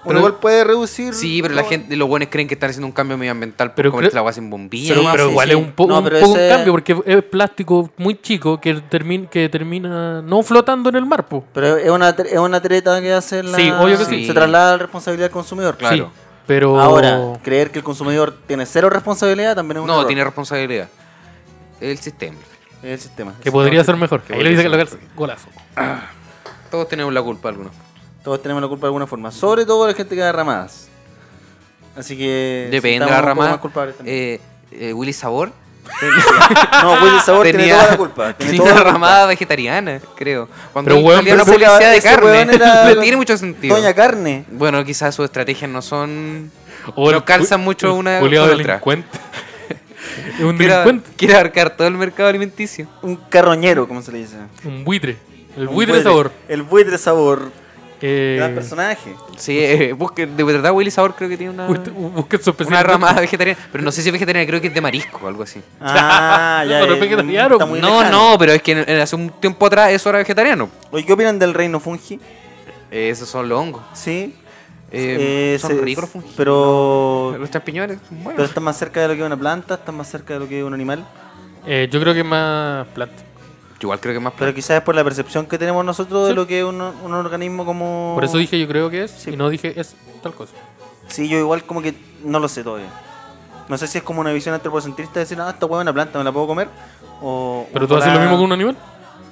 Speaker 2: Uno igual puede reducir.
Speaker 4: Sí, pero la gente, los buenos creen que están haciendo un cambio medioambiental por
Speaker 3: Pero
Speaker 4: comerse
Speaker 3: creo-
Speaker 4: la agua sin bombilla.
Speaker 3: Pero,
Speaker 2: Sí,
Speaker 3: pero
Speaker 2: sí,
Speaker 3: igual
Speaker 2: sí.
Speaker 3: es un, po-
Speaker 2: No,
Speaker 3: un
Speaker 2: pero
Speaker 3: poco
Speaker 2: ese-
Speaker 3: un cambio porque es plástico muy chico que termina, que termina no flotando en el mar. po.
Speaker 2: Pero es una, tre- es una treta que hace la.
Speaker 3: Sí, obvio que sí.
Speaker 2: Se traslada la responsabilidad al consumidor.
Speaker 4: Claro. Oh.
Speaker 3: Sí, pero
Speaker 2: Ahora, creer que el consumidor tiene cero responsabilidad también es un
Speaker 4: No,
Speaker 2: error.
Speaker 4: tiene responsabilidad. El sistema.
Speaker 2: Es el sistema.
Speaker 3: que podría ser mejor.
Speaker 4: que
Speaker 3: Ahí le dice que
Speaker 4: podría
Speaker 3: la
Speaker 4: ser
Speaker 3: golazo.
Speaker 4: Todos tenemos la culpa alguna.
Speaker 2: Eh, Todos tenemos la culpa de alguna forma. Sobre todo la gente que da ramadas. Así que.
Speaker 4: Depende de
Speaker 2: sintamos
Speaker 4: la
Speaker 2: un poco
Speaker 4: rama.
Speaker 2: más culpables también.
Speaker 4: Eh, eh, Willy Sabor
Speaker 2: no, Willy Sabor tiene
Speaker 4: tenía-
Speaker 2: toda la culpa. Tiene
Speaker 4: tenía
Speaker 2: toda
Speaker 4: una
Speaker 2: la culpa.
Speaker 4: ramada vegetariana, creo. Cuando
Speaker 3: Pero,
Speaker 4: él
Speaker 3: weón,
Speaker 4: salía en una
Speaker 2: pero ese
Speaker 4: publicidad de
Speaker 2: cab- ese weón
Speaker 4: carne.
Speaker 2: era-
Speaker 4: No tiene mucho sentido.
Speaker 2: Doña Carne.
Speaker 4: Bueno, quizás sus estrategias no son.
Speaker 3: O
Speaker 4: no
Speaker 3: el
Speaker 4: calzan
Speaker 3: cu-
Speaker 4: mucho
Speaker 3: el
Speaker 4: una con
Speaker 3: culiao
Speaker 4: otra.
Speaker 3: delincuente. es un
Speaker 4: Quiere,
Speaker 3: delincuente.
Speaker 4: quiere abarcar todo el mercado alimenticio.
Speaker 2: Un carroñero, como se le dice.
Speaker 3: Un buitre. El
Speaker 2: Un
Speaker 3: buitre sabor.
Speaker 2: El buitre sabor.
Speaker 3: Eh,
Speaker 2: Gran personaje.
Speaker 4: Sí, eh, busquen- de verdad Willy Sabor creo que tiene una,
Speaker 3: busque- busque su especial.
Speaker 4: una ramada vegetariana. Pero no sé si es vegetariana, creo que es de marisco o algo así.
Speaker 2: Ah, ya.
Speaker 3: Eso no
Speaker 2: eh,
Speaker 3: fue que dañaron.
Speaker 2: está muy
Speaker 4: No,
Speaker 2: lejano.
Speaker 4: no, pero es que en- en- hace un tiempo atrás eso era vegetariano.
Speaker 2: Oye, ¿qué opinan del reino fungi?
Speaker 4: Eh, esos son los hongos.
Speaker 2: Sí.
Speaker 4: Eh,
Speaker 2: Eh,
Speaker 4: son
Speaker 2: se-
Speaker 4: ricos los fungí.
Speaker 2: Pero.
Speaker 4: Los champiñones son
Speaker 2: Pero
Speaker 4: buenos.
Speaker 2: están más cerca de lo que es una planta, están más cerca de lo que es un animal.
Speaker 3: Eh, yo creo que es más planta.
Speaker 4: Igual creo que es más
Speaker 2: Pero quizás es por la percepción que tenemos nosotros de
Speaker 3: Sí.
Speaker 2: lo que es un, un organismo como.
Speaker 3: Por eso dije yo creo que es.
Speaker 2: Oh. Sí.
Speaker 3: Y no dije es tal cosa.
Speaker 2: Sí, yo igual como que no lo sé todavía. No sé si es como una visión antropocentrista de decir, ah, esta hueá es una planta, me la puedo comer. O,
Speaker 3: Pero
Speaker 2: o
Speaker 3: tú haces
Speaker 2: para-
Speaker 3: lo mismo con un animal.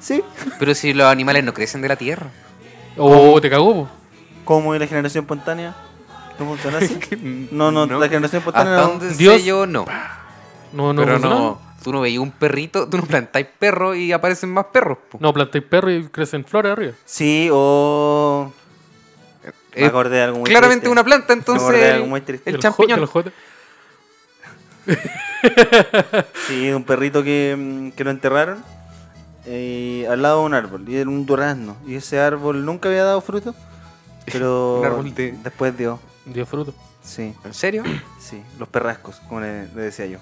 Speaker 2: Sí,
Speaker 4: Pero si los animales no crecen de la tierra.
Speaker 3: O te cagó. po.
Speaker 2: como la generación espontánea. ¿No funciona así? No, no, la generación espontánea
Speaker 4: Hasta
Speaker 2: no.
Speaker 4: donde
Speaker 3: Dios-
Speaker 4: sé yo, no.
Speaker 3: No, no,
Speaker 4: pero
Speaker 3: funciona.
Speaker 4: no, tú no veías un perrito, tú no plantáis perros y aparecen más perros. po.
Speaker 3: No, plantáis perro y crecen flores arriba.
Speaker 2: Sí, o.
Speaker 4: Eh,
Speaker 2: me acordé de algo muy
Speaker 4: claramente
Speaker 2: triste.
Speaker 4: una planta,
Speaker 2: Me acordé de
Speaker 4: entonces
Speaker 2: algo muy
Speaker 4: el,
Speaker 2: triste.
Speaker 3: jo-
Speaker 4: champiñón.
Speaker 3: del jote.
Speaker 2: Sí, un perrito que, mm, que lo enterraron eh, al lado de un árbol, y era un durazno. Y ese árbol nunca había dado fruto, pero
Speaker 4: Un árbol de-
Speaker 2: después dio.
Speaker 3: Dios fruto.
Speaker 2: Sí,
Speaker 4: ¿En serio?
Speaker 2: sí, los perrascos, como le, le decía yo.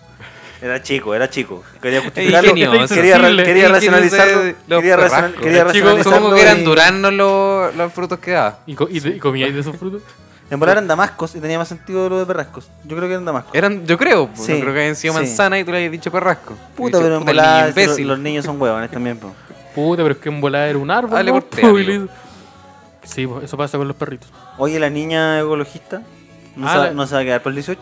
Speaker 2: Era chico, era chico. Quería
Speaker 4: Es
Speaker 2: justificarlo,
Speaker 4: ingenioso.
Speaker 2: quería, ra-
Speaker 3: Ingenioso
Speaker 2: quería
Speaker 4: de
Speaker 2: racionalizarlo.
Speaker 4: los
Speaker 2: Quería, raciona-
Speaker 4: perrascos.
Speaker 2: quería
Speaker 3: Los chicos,
Speaker 2: racionalizarlo.
Speaker 4: Supongo que eran
Speaker 2: y-
Speaker 4: duranos los, los frutos que daba.
Speaker 3: ¿Y, co- y, y comíais de esos frutos?
Speaker 2: En volar eran damascos y tenía más sentido lo de perrascos. Yo creo que eran damascos.
Speaker 4: Eran, yo creo, po,
Speaker 2: Sí,
Speaker 4: no creo que hayan sido
Speaker 2: sí.
Speaker 4: manzana y tú le hayas dicho perrasco.
Speaker 2: Puta,
Speaker 4: Y dices,
Speaker 2: pero en
Speaker 4: el
Speaker 2: volada, este,
Speaker 4: niño
Speaker 2: los,
Speaker 4: imbécil.
Speaker 2: los niños son huevones también, po.
Speaker 3: Puta, pero es que en volada era un árbol.
Speaker 4: Dale
Speaker 3: ¿no?
Speaker 4: por té, amigo.
Speaker 3: Y le- Sí, po, eso pasa con los perritos.
Speaker 2: Oye, la niña ecologista no,
Speaker 3: Ah,
Speaker 2: se, va-
Speaker 3: la-
Speaker 2: no se va a quedar por el 18.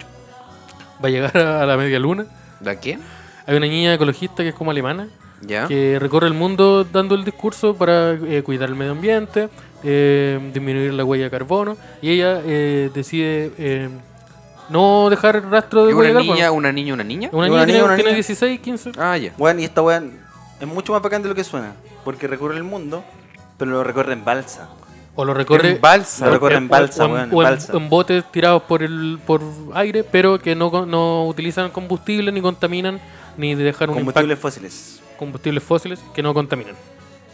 Speaker 3: Va a llegar a, a la media luna.
Speaker 4: ¿La quién?
Speaker 3: Hay una niña ecologista que es como alemana,
Speaker 4: ¿Ya?
Speaker 3: que recorre el mundo dando el discurso para eh, cuidar el medio ambiente, eh, disminuir la huella de carbono. Y ella eh, decide eh, no dejar rastro de
Speaker 4: ¿Y
Speaker 3: huella
Speaker 4: una
Speaker 3: de carbono.
Speaker 4: niña, una niña, una niña?
Speaker 3: Una
Speaker 2: Una
Speaker 3: niña,
Speaker 2: niña,
Speaker 3: tiene,
Speaker 2: una
Speaker 3: tiene
Speaker 2: niña.
Speaker 3: 16, 15.
Speaker 4: Ah, ya.
Speaker 2: Bueno, y esta weá es mucho más bacán de lo que suena. Porque recorre el mundo, pero lo recorre en balsa.
Speaker 3: O lo recorre
Speaker 4: En balsa.
Speaker 2: Lo recorre en balsa,
Speaker 3: o en-
Speaker 2: weón, en
Speaker 3: o en-
Speaker 2: balsa.
Speaker 3: en botes tirados por el por aire, pero que no, con- no utilizan combustible ni contaminan, ni dejan un
Speaker 2: Combustibles fósiles.
Speaker 3: impacto combustibles fósiles que no contaminan.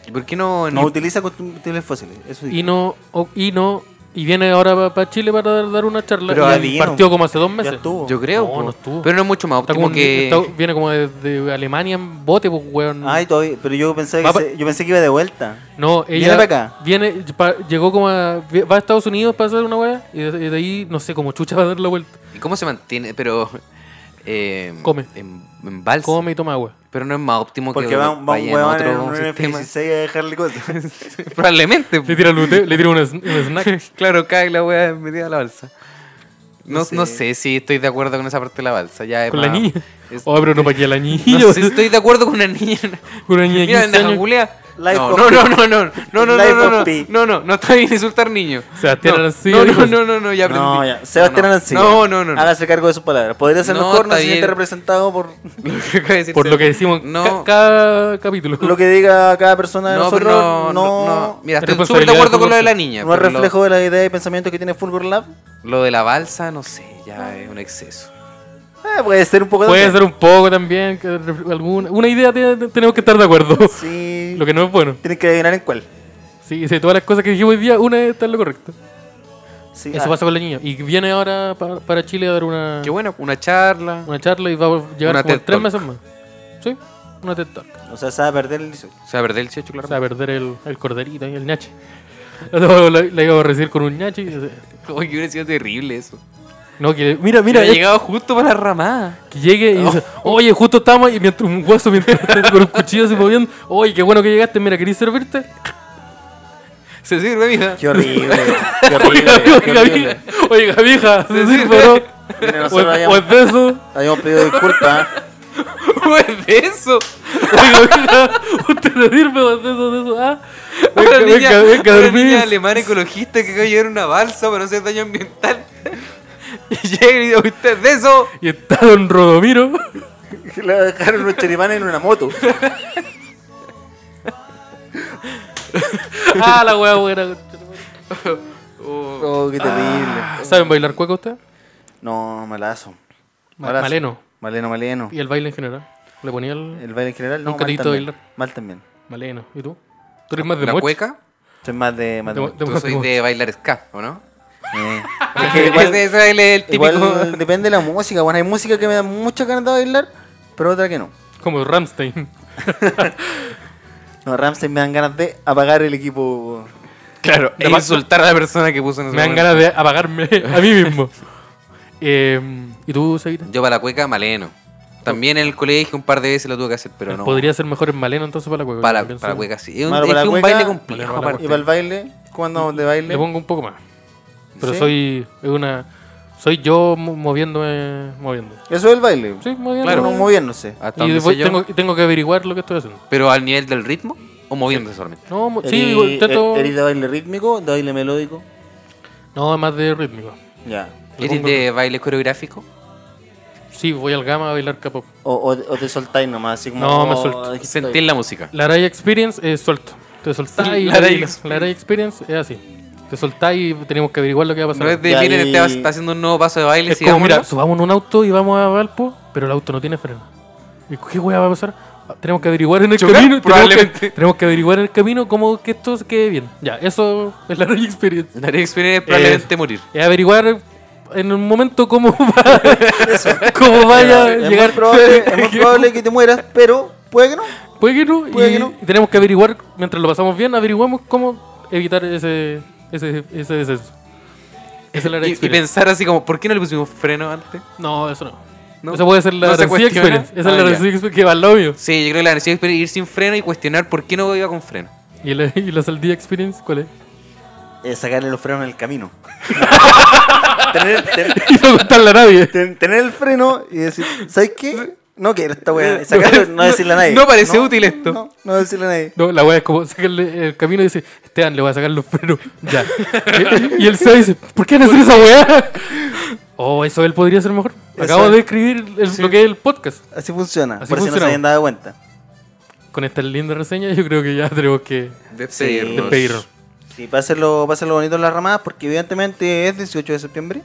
Speaker 4: ¿Y por qué no?
Speaker 2: No
Speaker 4: no-
Speaker 2: utiliza combustibles fósiles. Eso sí.
Speaker 3: Y no, o- y no, y viene ahora para Chile para dar, dar una charla.
Speaker 2: Pero
Speaker 3: y
Speaker 2: ya
Speaker 3: él
Speaker 2: vino.
Speaker 3: partió como hace dos
Speaker 2: Ya
Speaker 3: meses.
Speaker 2: estuvo.
Speaker 4: yo creo,
Speaker 3: No,
Speaker 4: po.
Speaker 3: no estuvo.
Speaker 4: pero no es mucho más
Speaker 3: Está como
Speaker 4: óptimo
Speaker 3: un-
Speaker 4: que...
Speaker 3: está- viene como desde Alemania en bote, pues,
Speaker 4: Mm.
Speaker 3: weón.
Speaker 2: Ay, todavía. Pero yo pensé,
Speaker 3: Va
Speaker 2: que
Speaker 3: pa-
Speaker 2: se- yo pensé que iba de vuelta.
Speaker 3: No,
Speaker 2: Viene
Speaker 3: ella
Speaker 2: pa' acá.
Speaker 3: viene- pa- llegó como a, va a Estados Unidos para hacer una weá y de, de ahí, no sé, como chucha va a dar la vuelta.
Speaker 4: ¿Y cómo se mantiene? Pero... eh,
Speaker 3: Come.
Speaker 4: En, en balsa.
Speaker 3: Come y toma agua.
Speaker 4: Pero no es más óptimo
Speaker 2: Porque
Speaker 4: que
Speaker 2: va, va un
Speaker 4: vaya
Speaker 2: huevón
Speaker 4: en
Speaker 2: en
Speaker 4: otro
Speaker 2: un
Speaker 4: sistema.
Speaker 2: F-16 a dejarle cosas.
Speaker 4: Probablemente. pues. po.
Speaker 3: Le tira, lute- le tira un, sn- un snack.
Speaker 4: claro, cae la wea en medio de la balsa. No, no
Speaker 2: No
Speaker 4: sé.
Speaker 2: sé.
Speaker 4: si estoy de acuerdo con esa parte de la balsa. Ya es
Speaker 3: Con la
Speaker 4: más-
Speaker 3: niña.
Speaker 4: es-
Speaker 3: Oh, pero no para que la niña.
Speaker 4: no sé si estoy de acuerdo con una niña.
Speaker 3: Una niña de
Speaker 4: Mira,
Speaker 3: 15
Speaker 4: anda,
Speaker 3: años.
Speaker 4: Julia.
Speaker 2: Life
Speaker 4: No,
Speaker 2: of
Speaker 4: no,
Speaker 2: Pi.
Speaker 4: no, no, no, no, no, no,
Speaker 2: Life
Speaker 4: no,
Speaker 2: of
Speaker 4: no,
Speaker 2: Pi.
Speaker 4: no, no, no está bien insultar niños.
Speaker 3: Sebastián
Speaker 4: no,
Speaker 3: Arancillo
Speaker 4: no,
Speaker 3: dijo
Speaker 4: no,
Speaker 3: eso.
Speaker 4: no, no, no, ya aprendí.
Speaker 2: No, ya. Sebastián
Speaker 4: no,
Speaker 2: Arancilla.
Speaker 4: No, no, no, no.
Speaker 2: Hágase cargo de sus palabras. Podría ser
Speaker 4: No,
Speaker 2: mejor, no
Speaker 4: está
Speaker 2: se siente
Speaker 4: bien.
Speaker 2: representado por
Speaker 4: Lo que acaba de decir
Speaker 3: Por lo que
Speaker 4: Sebastián.
Speaker 3: decimos ca-
Speaker 4: No,
Speaker 3: cada capítulo.
Speaker 2: lo que diga cada persona de
Speaker 4: no, pero
Speaker 2: nosotros.
Speaker 4: no, no, no. Mira,
Speaker 3: Es
Speaker 4: estoy súper de
Speaker 3: responsabilidad
Speaker 4: acuerdo
Speaker 3: del
Speaker 4: con lo de la
Speaker 3: fútbol.
Speaker 4: niña.
Speaker 2: no es
Speaker 4: pero lo-
Speaker 2: reflejo de la idea y pensamiento que tiene Fulgor Lab.
Speaker 4: Lo de la balsa, no sé, ya es un exceso.
Speaker 2: Eh, puede ser un poco
Speaker 3: Puede
Speaker 2: también.
Speaker 3: ser un poco también. que ref- alguna, una idea te- te- tenemos que estar de acuerdo.
Speaker 2: Sí.
Speaker 3: Lo que no es bueno.
Speaker 2: Tienes que adivinar en cuál.
Speaker 3: Sí, sí, todas las cosas que dijimos hoy día, una está en lo correcto.
Speaker 2: Sí,
Speaker 3: Eso
Speaker 2: ah,
Speaker 3: pasa con la niña. Y viene ahora pa- para Chile a dar una,
Speaker 4: Qué bueno, una charla.
Speaker 3: una charla y va a llegar
Speaker 4: Una
Speaker 3: como
Speaker 4: TED
Speaker 3: tres
Speaker 4: Talk.
Speaker 3: meses más. Sí, una TED Talk.
Speaker 2: O sea, se va a perder el 18.
Speaker 4: O sea, perder el 18,
Speaker 3: O
Speaker 4: claro.
Speaker 3: sea, perder el, el corderito y el ñache. No, la, la iba a recibir con un ñachi.
Speaker 4: Como que hubiera sido terrible eso.
Speaker 3: No, que mira, mira,
Speaker 4: Hubiera llegado justo para la ramada.
Speaker 3: que llegue y dice, oye, justo estamos y mientras un hueso mientras, con un cuchillo se moviendo, oye, qué bueno que llegaste, mira, ¿querés servirte?
Speaker 4: Se sirve, mija.
Speaker 2: Qué horrible. Qué
Speaker 3: Oiga,
Speaker 2: horrible. qué
Speaker 3: oiga,
Speaker 2: horrible.
Speaker 3: vieja, oiga, vieja, se
Speaker 4: Sí, sí.
Speaker 3: sirve, ¿no?
Speaker 2: Mira,
Speaker 3: O
Speaker 2: nosotros
Speaker 3: es- o
Speaker 2: habíamos,
Speaker 3: es de eso.
Speaker 2: habíamos pedido disculpas.
Speaker 4: ¿Cómo es de eso?
Speaker 3: Oiga, vieja, usted se sirve o es de eso, de eso. Ah,
Speaker 4: Una
Speaker 3: venga,
Speaker 4: niña,
Speaker 3: venga, venga,
Speaker 4: una
Speaker 3: dormís.
Speaker 4: niña alemana ecologista que acaba de llevar una balsa para no hacer daño ambiental. Y llega y dice, ¿usted es de eso?
Speaker 3: Y está Don Rodomiro.
Speaker 2: Le dejaron los cheripanes en una moto.
Speaker 3: Ah, la wea buena.
Speaker 4: Oh,
Speaker 2: Oh, qué terrible.
Speaker 3: ¿Saben bailar cueca usted?
Speaker 2: No, malazo.
Speaker 3: Ma-
Speaker 2: Malazo.
Speaker 3: Maleno.
Speaker 2: Maleno, maleno.
Speaker 3: Y el baile en general. Le ponía
Speaker 4: Eh,
Speaker 3: el
Speaker 2: El baile en general, no,
Speaker 3: Nunca
Speaker 2: mal
Speaker 3: te he visto
Speaker 2: también.
Speaker 3: bailar.
Speaker 2: Mal también.
Speaker 3: maleno. ¿Y tú? ¿Tú eres más de
Speaker 4: ¿La
Speaker 3: moch?
Speaker 4: cueca?
Speaker 2: Soy más de... Más de-
Speaker 3: De- de-
Speaker 4: Tú soy de bailar ska, ¿o no? Ah,
Speaker 2: Eh. Es que igual-
Speaker 4: ese, ese es el típico...
Speaker 2: Igual depende de la música. Bueno, hay música que me da muchas ganas de bailar, pero otra que no.
Speaker 3: Como Ramstein.
Speaker 2: No, Ramstein me dan ganas de apagar el equipo.
Speaker 4: Claro,
Speaker 3: e
Speaker 4: insultar a la persona que puso en ese
Speaker 3: Me dan
Speaker 4: momento.
Speaker 3: ganas de apagarme a mí mismo. Eh, ¿Y tú, Seguita?
Speaker 4: Yo para la cueca, maleno. También en el colegio un par de veces lo tuve que hacer, pero no.
Speaker 3: Eh, Podría ser mejor en maleno entonces para la cueca.
Speaker 4: Para,
Speaker 3: yo pienso.
Speaker 4: para la cueca, sí. Es un,
Speaker 2: Malo
Speaker 4: es
Speaker 2: para la
Speaker 4: que un
Speaker 2: cueca,
Speaker 4: baile
Speaker 3: maleno para
Speaker 4: complejo,
Speaker 3: la
Speaker 2: ¿Y
Speaker 4: aparte.
Speaker 2: para el baile? ¿Cuándo vamos de baile?
Speaker 3: Le pongo un poco más. Pero
Speaker 2: ¿Sí?
Speaker 3: soy es una soy yo mo- moviéndome, moviendo.
Speaker 2: Eso es el baile.
Speaker 3: Sí, moviéndome.
Speaker 2: Claro. Uno moviéndose.
Speaker 4: Hasta
Speaker 3: Y
Speaker 4: donde
Speaker 3: voy-
Speaker 4: sé yo.
Speaker 3: tengo, tengo que averiguar lo que estoy haciendo.
Speaker 4: Pero al nivel del ritmo o moviéndose solamente.
Speaker 3: No, mo- sí,
Speaker 2: ¿Eri-
Speaker 3: digo, intento-
Speaker 2: er- ¿Eres de baile rítmico? ¿De baile melódico?
Speaker 3: No, más de rítmico.
Speaker 2: Ya.
Speaker 3: Le
Speaker 4: ¿Eres
Speaker 3: pongo-
Speaker 4: de baile coreográfico?
Speaker 3: Sí, voy al gama a bailar K-pop.
Speaker 2: O, o, o te soltáis nomás, así como. "Oh,
Speaker 3: No, me suelto.
Speaker 2: aquí estoy.
Speaker 4: Sentir la música.
Speaker 3: La Araya Experience es suelto. Te soltás y
Speaker 4: La Araya
Speaker 3: bailas. la Araya Experience es así. Te soltás y tenemos que averiguar lo que va a pasar.
Speaker 4: No es de,
Speaker 2: Ya,
Speaker 4: miren,
Speaker 2: y-
Speaker 4: este va- está haciendo un nuevo paso de baile.
Speaker 3: Es como,
Speaker 4: sigámoslo".
Speaker 3: mira, subamos en un auto y vamos a Valpo, pero el auto no tiene freno. ¿Y qué hueá va a pasar? Ah, Tenemos que averiguar en el
Speaker 4: Chocar,
Speaker 3: camino. Tenemos que,
Speaker 4: probablemente.
Speaker 3: tenemos que averiguar en el camino cómo que esto se quede bien. Ya, eso es la Araya Experience.
Speaker 4: La experiencia es
Speaker 3: Eh,
Speaker 4: probablemente morir.
Speaker 3: Es averiguar en un momento cómo va, cómo vaya a
Speaker 2: es
Speaker 3: llegar.
Speaker 2: Muy probable, es muy probable que te mueras, pero puede que no.
Speaker 3: Puede que no,
Speaker 2: Puede
Speaker 3: y,
Speaker 2: que no.
Speaker 3: y tenemos que averiguar, mientras lo pasamos bien, averiguamos cómo evitar ese, ese, ese descenso. Esa es la
Speaker 4: Y, y
Speaker 3: experience.
Speaker 4: pensar así como, ¿por qué no le pusimos freno antes?
Speaker 3: No, eso no.
Speaker 4: ¿No?
Speaker 3: Eso puede ser la
Speaker 4: ¿No se
Speaker 3: Aracía
Speaker 4: cuestiona?
Speaker 3: Experience. Esa es
Speaker 4: Ah,
Speaker 3: la
Speaker 4: ya.
Speaker 3: Aracía Experience que va al lobby.
Speaker 4: Sí, yo creo que la energía es ir sin freno y cuestionar por qué no iba con freno.
Speaker 3: ¿Y la, y la Saldía Experience cuál es?
Speaker 2: Eh, sacarle los frenos en el camino. tener, ten-
Speaker 3: Y no contarle a nadie.
Speaker 2: ten- tener el freno y decir, ¿sabes qué? No quiero esta weá. Sacarlo, no decirle a nadie.
Speaker 4: No parece útil esto.
Speaker 2: No, no decirle a nadie.
Speaker 3: No, la wea es como sacarle el camino y dice, Esteban, le voy a sacar los frenos. Ya. y, y el CEO dice, ¿por qué no hacer esa weá? Oh, eso él podría ser mejor. Acabo
Speaker 2: Eso.
Speaker 3: de escribir el- lo que es el podcast.
Speaker 2: Así funciona.
Speaker 3: Así
Speaker 2: por si no se
Speaker 3: funciona.
Speaker 2: habían dado cuenta.
Speaker 3: Con esta linda reseña, yo creo que ya tenemos que
Speaker 4: Despedirnos.
Speaker 3: despedirnos.
Speaker 2: Sí, pásenlo, pásenlo bonito en las ramadas porque evidentemente es 18 de septiembre.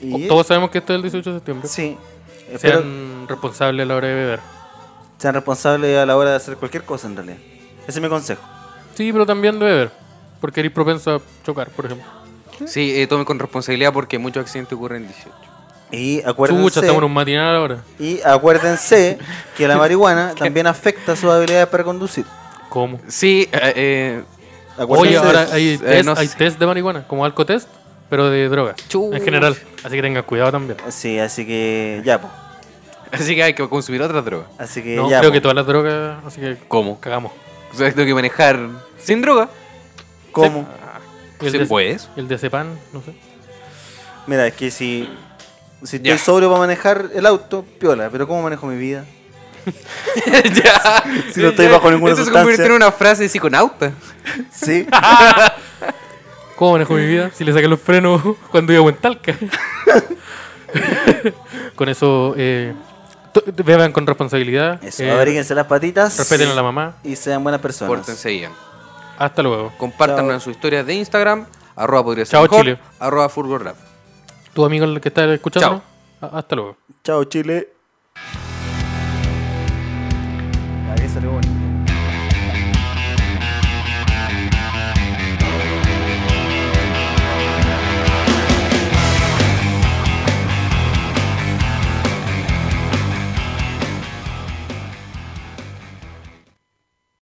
Speaker 2: Y
Speaker 3: Oh, Todos sabemos que esto es el 18 de septiembre.
Speaker 2: sí. Espero
Speaker 3: Sean responsables a la hora de beber.
Speaker 2: sean responsables a la hora de hacer cualquier cosa en realidad. Ese es mi consejo.
Speaker 3: Sí, pero también de beber. Porque eres propenso a chocar, por ejemplo.
Speaker 4: Sí, eh, tomen con responsabilidad porque muchos accidentes ocurren en 18.
Speaker 2: Y
Speaker 3: Chucha,
Speaker 2: acuérdense,
Speaker 3: estamos en un matinal ahora.
Speaker 2: y acuérdense que la marihuana también afecta sus habilidades para conducir.
Speaker 3: ¿Cómo?
Speaker 4: Sí, eh, eh,
Speaker 2: Acuérdense
Speaker 3: Oye,
Speaker 2: de
Speaker 3: ahora
Speaker 2: eso.
Speaker 3: hay,
Speaker 4: eh,
Speaker 3: test,
Speaker 4: no
Speaker 3: hay
Speaker 4: sé.
Speaker 3: test de marihuana, como alcotest, pero de drogas.
Speaker 4: Chuch.
Speaker 3: En general. Así que tengan cuidado también.
Speaker 2: Sí, así que ya, po.
Speaker 4: así que hay que consumir otras drogas.
Speaker 2: Así que
Speaker 3: No,
Speaker 2: ya.
Speaker 3: creo
Speaker 2: po.
Speaker 3: que todas las drogas, así que
Speaker 4: Eh, ¿Cómo?
Speaker 3: cagamos.
Speaker 4: O sea, tengo que manejar sin droga.
Speaker 2: ¿Cómo?
Speaker 3: Y el
Speaker 4: ¿Se
Speaker 3: de-
Speaker 4: puede eso?
Speaker 3: El de Cepan, no sé.
Speaker 2: Mira, es que si, si estoy
Speaker 4: Ya.
Speaker 2: sobrio para manejar el auto, piola, pero ¿cómo manejo mi vida?
Speaker 4: ya.
Speaker 2: Si no estoy bajo ninguna
Speaker 4: Esto se
Speaker 2: sustancia.
Speaker 4: convirtió en una frase de psiconauta.
Speaker 2: Sí.
Speaker 3: ¿Cómo manejo mi vida? Si le saqué los frenos cuando iba a Huentalca. con eso, eh, to- beban con responsabilidad.
Speaker 2: Eso,
Speaker 3: eh,
Speaker 2: abríguense las patitas.
Speaker 3: respeten a la mamá.
Speaker 2: Y sean buenas personas.
Speaker 4: Pórtense bien.
Speaker 3: Hasta luego.
Speaker 4: Compártanos
Speaker 2: Chao.
Speaker 4: en sus historias de Instagram. Arroba podría ser
Speaker 3: Chao,
Speaker 4: mejor,
Speaker 3: Chile.
Speaker 4: Arroba Furgor Lab.
Speaker 3: Tu amigo el que está escuchando. a- Hasta luego.
Speaker 2: Chao, Chile. Ahí salió bonito.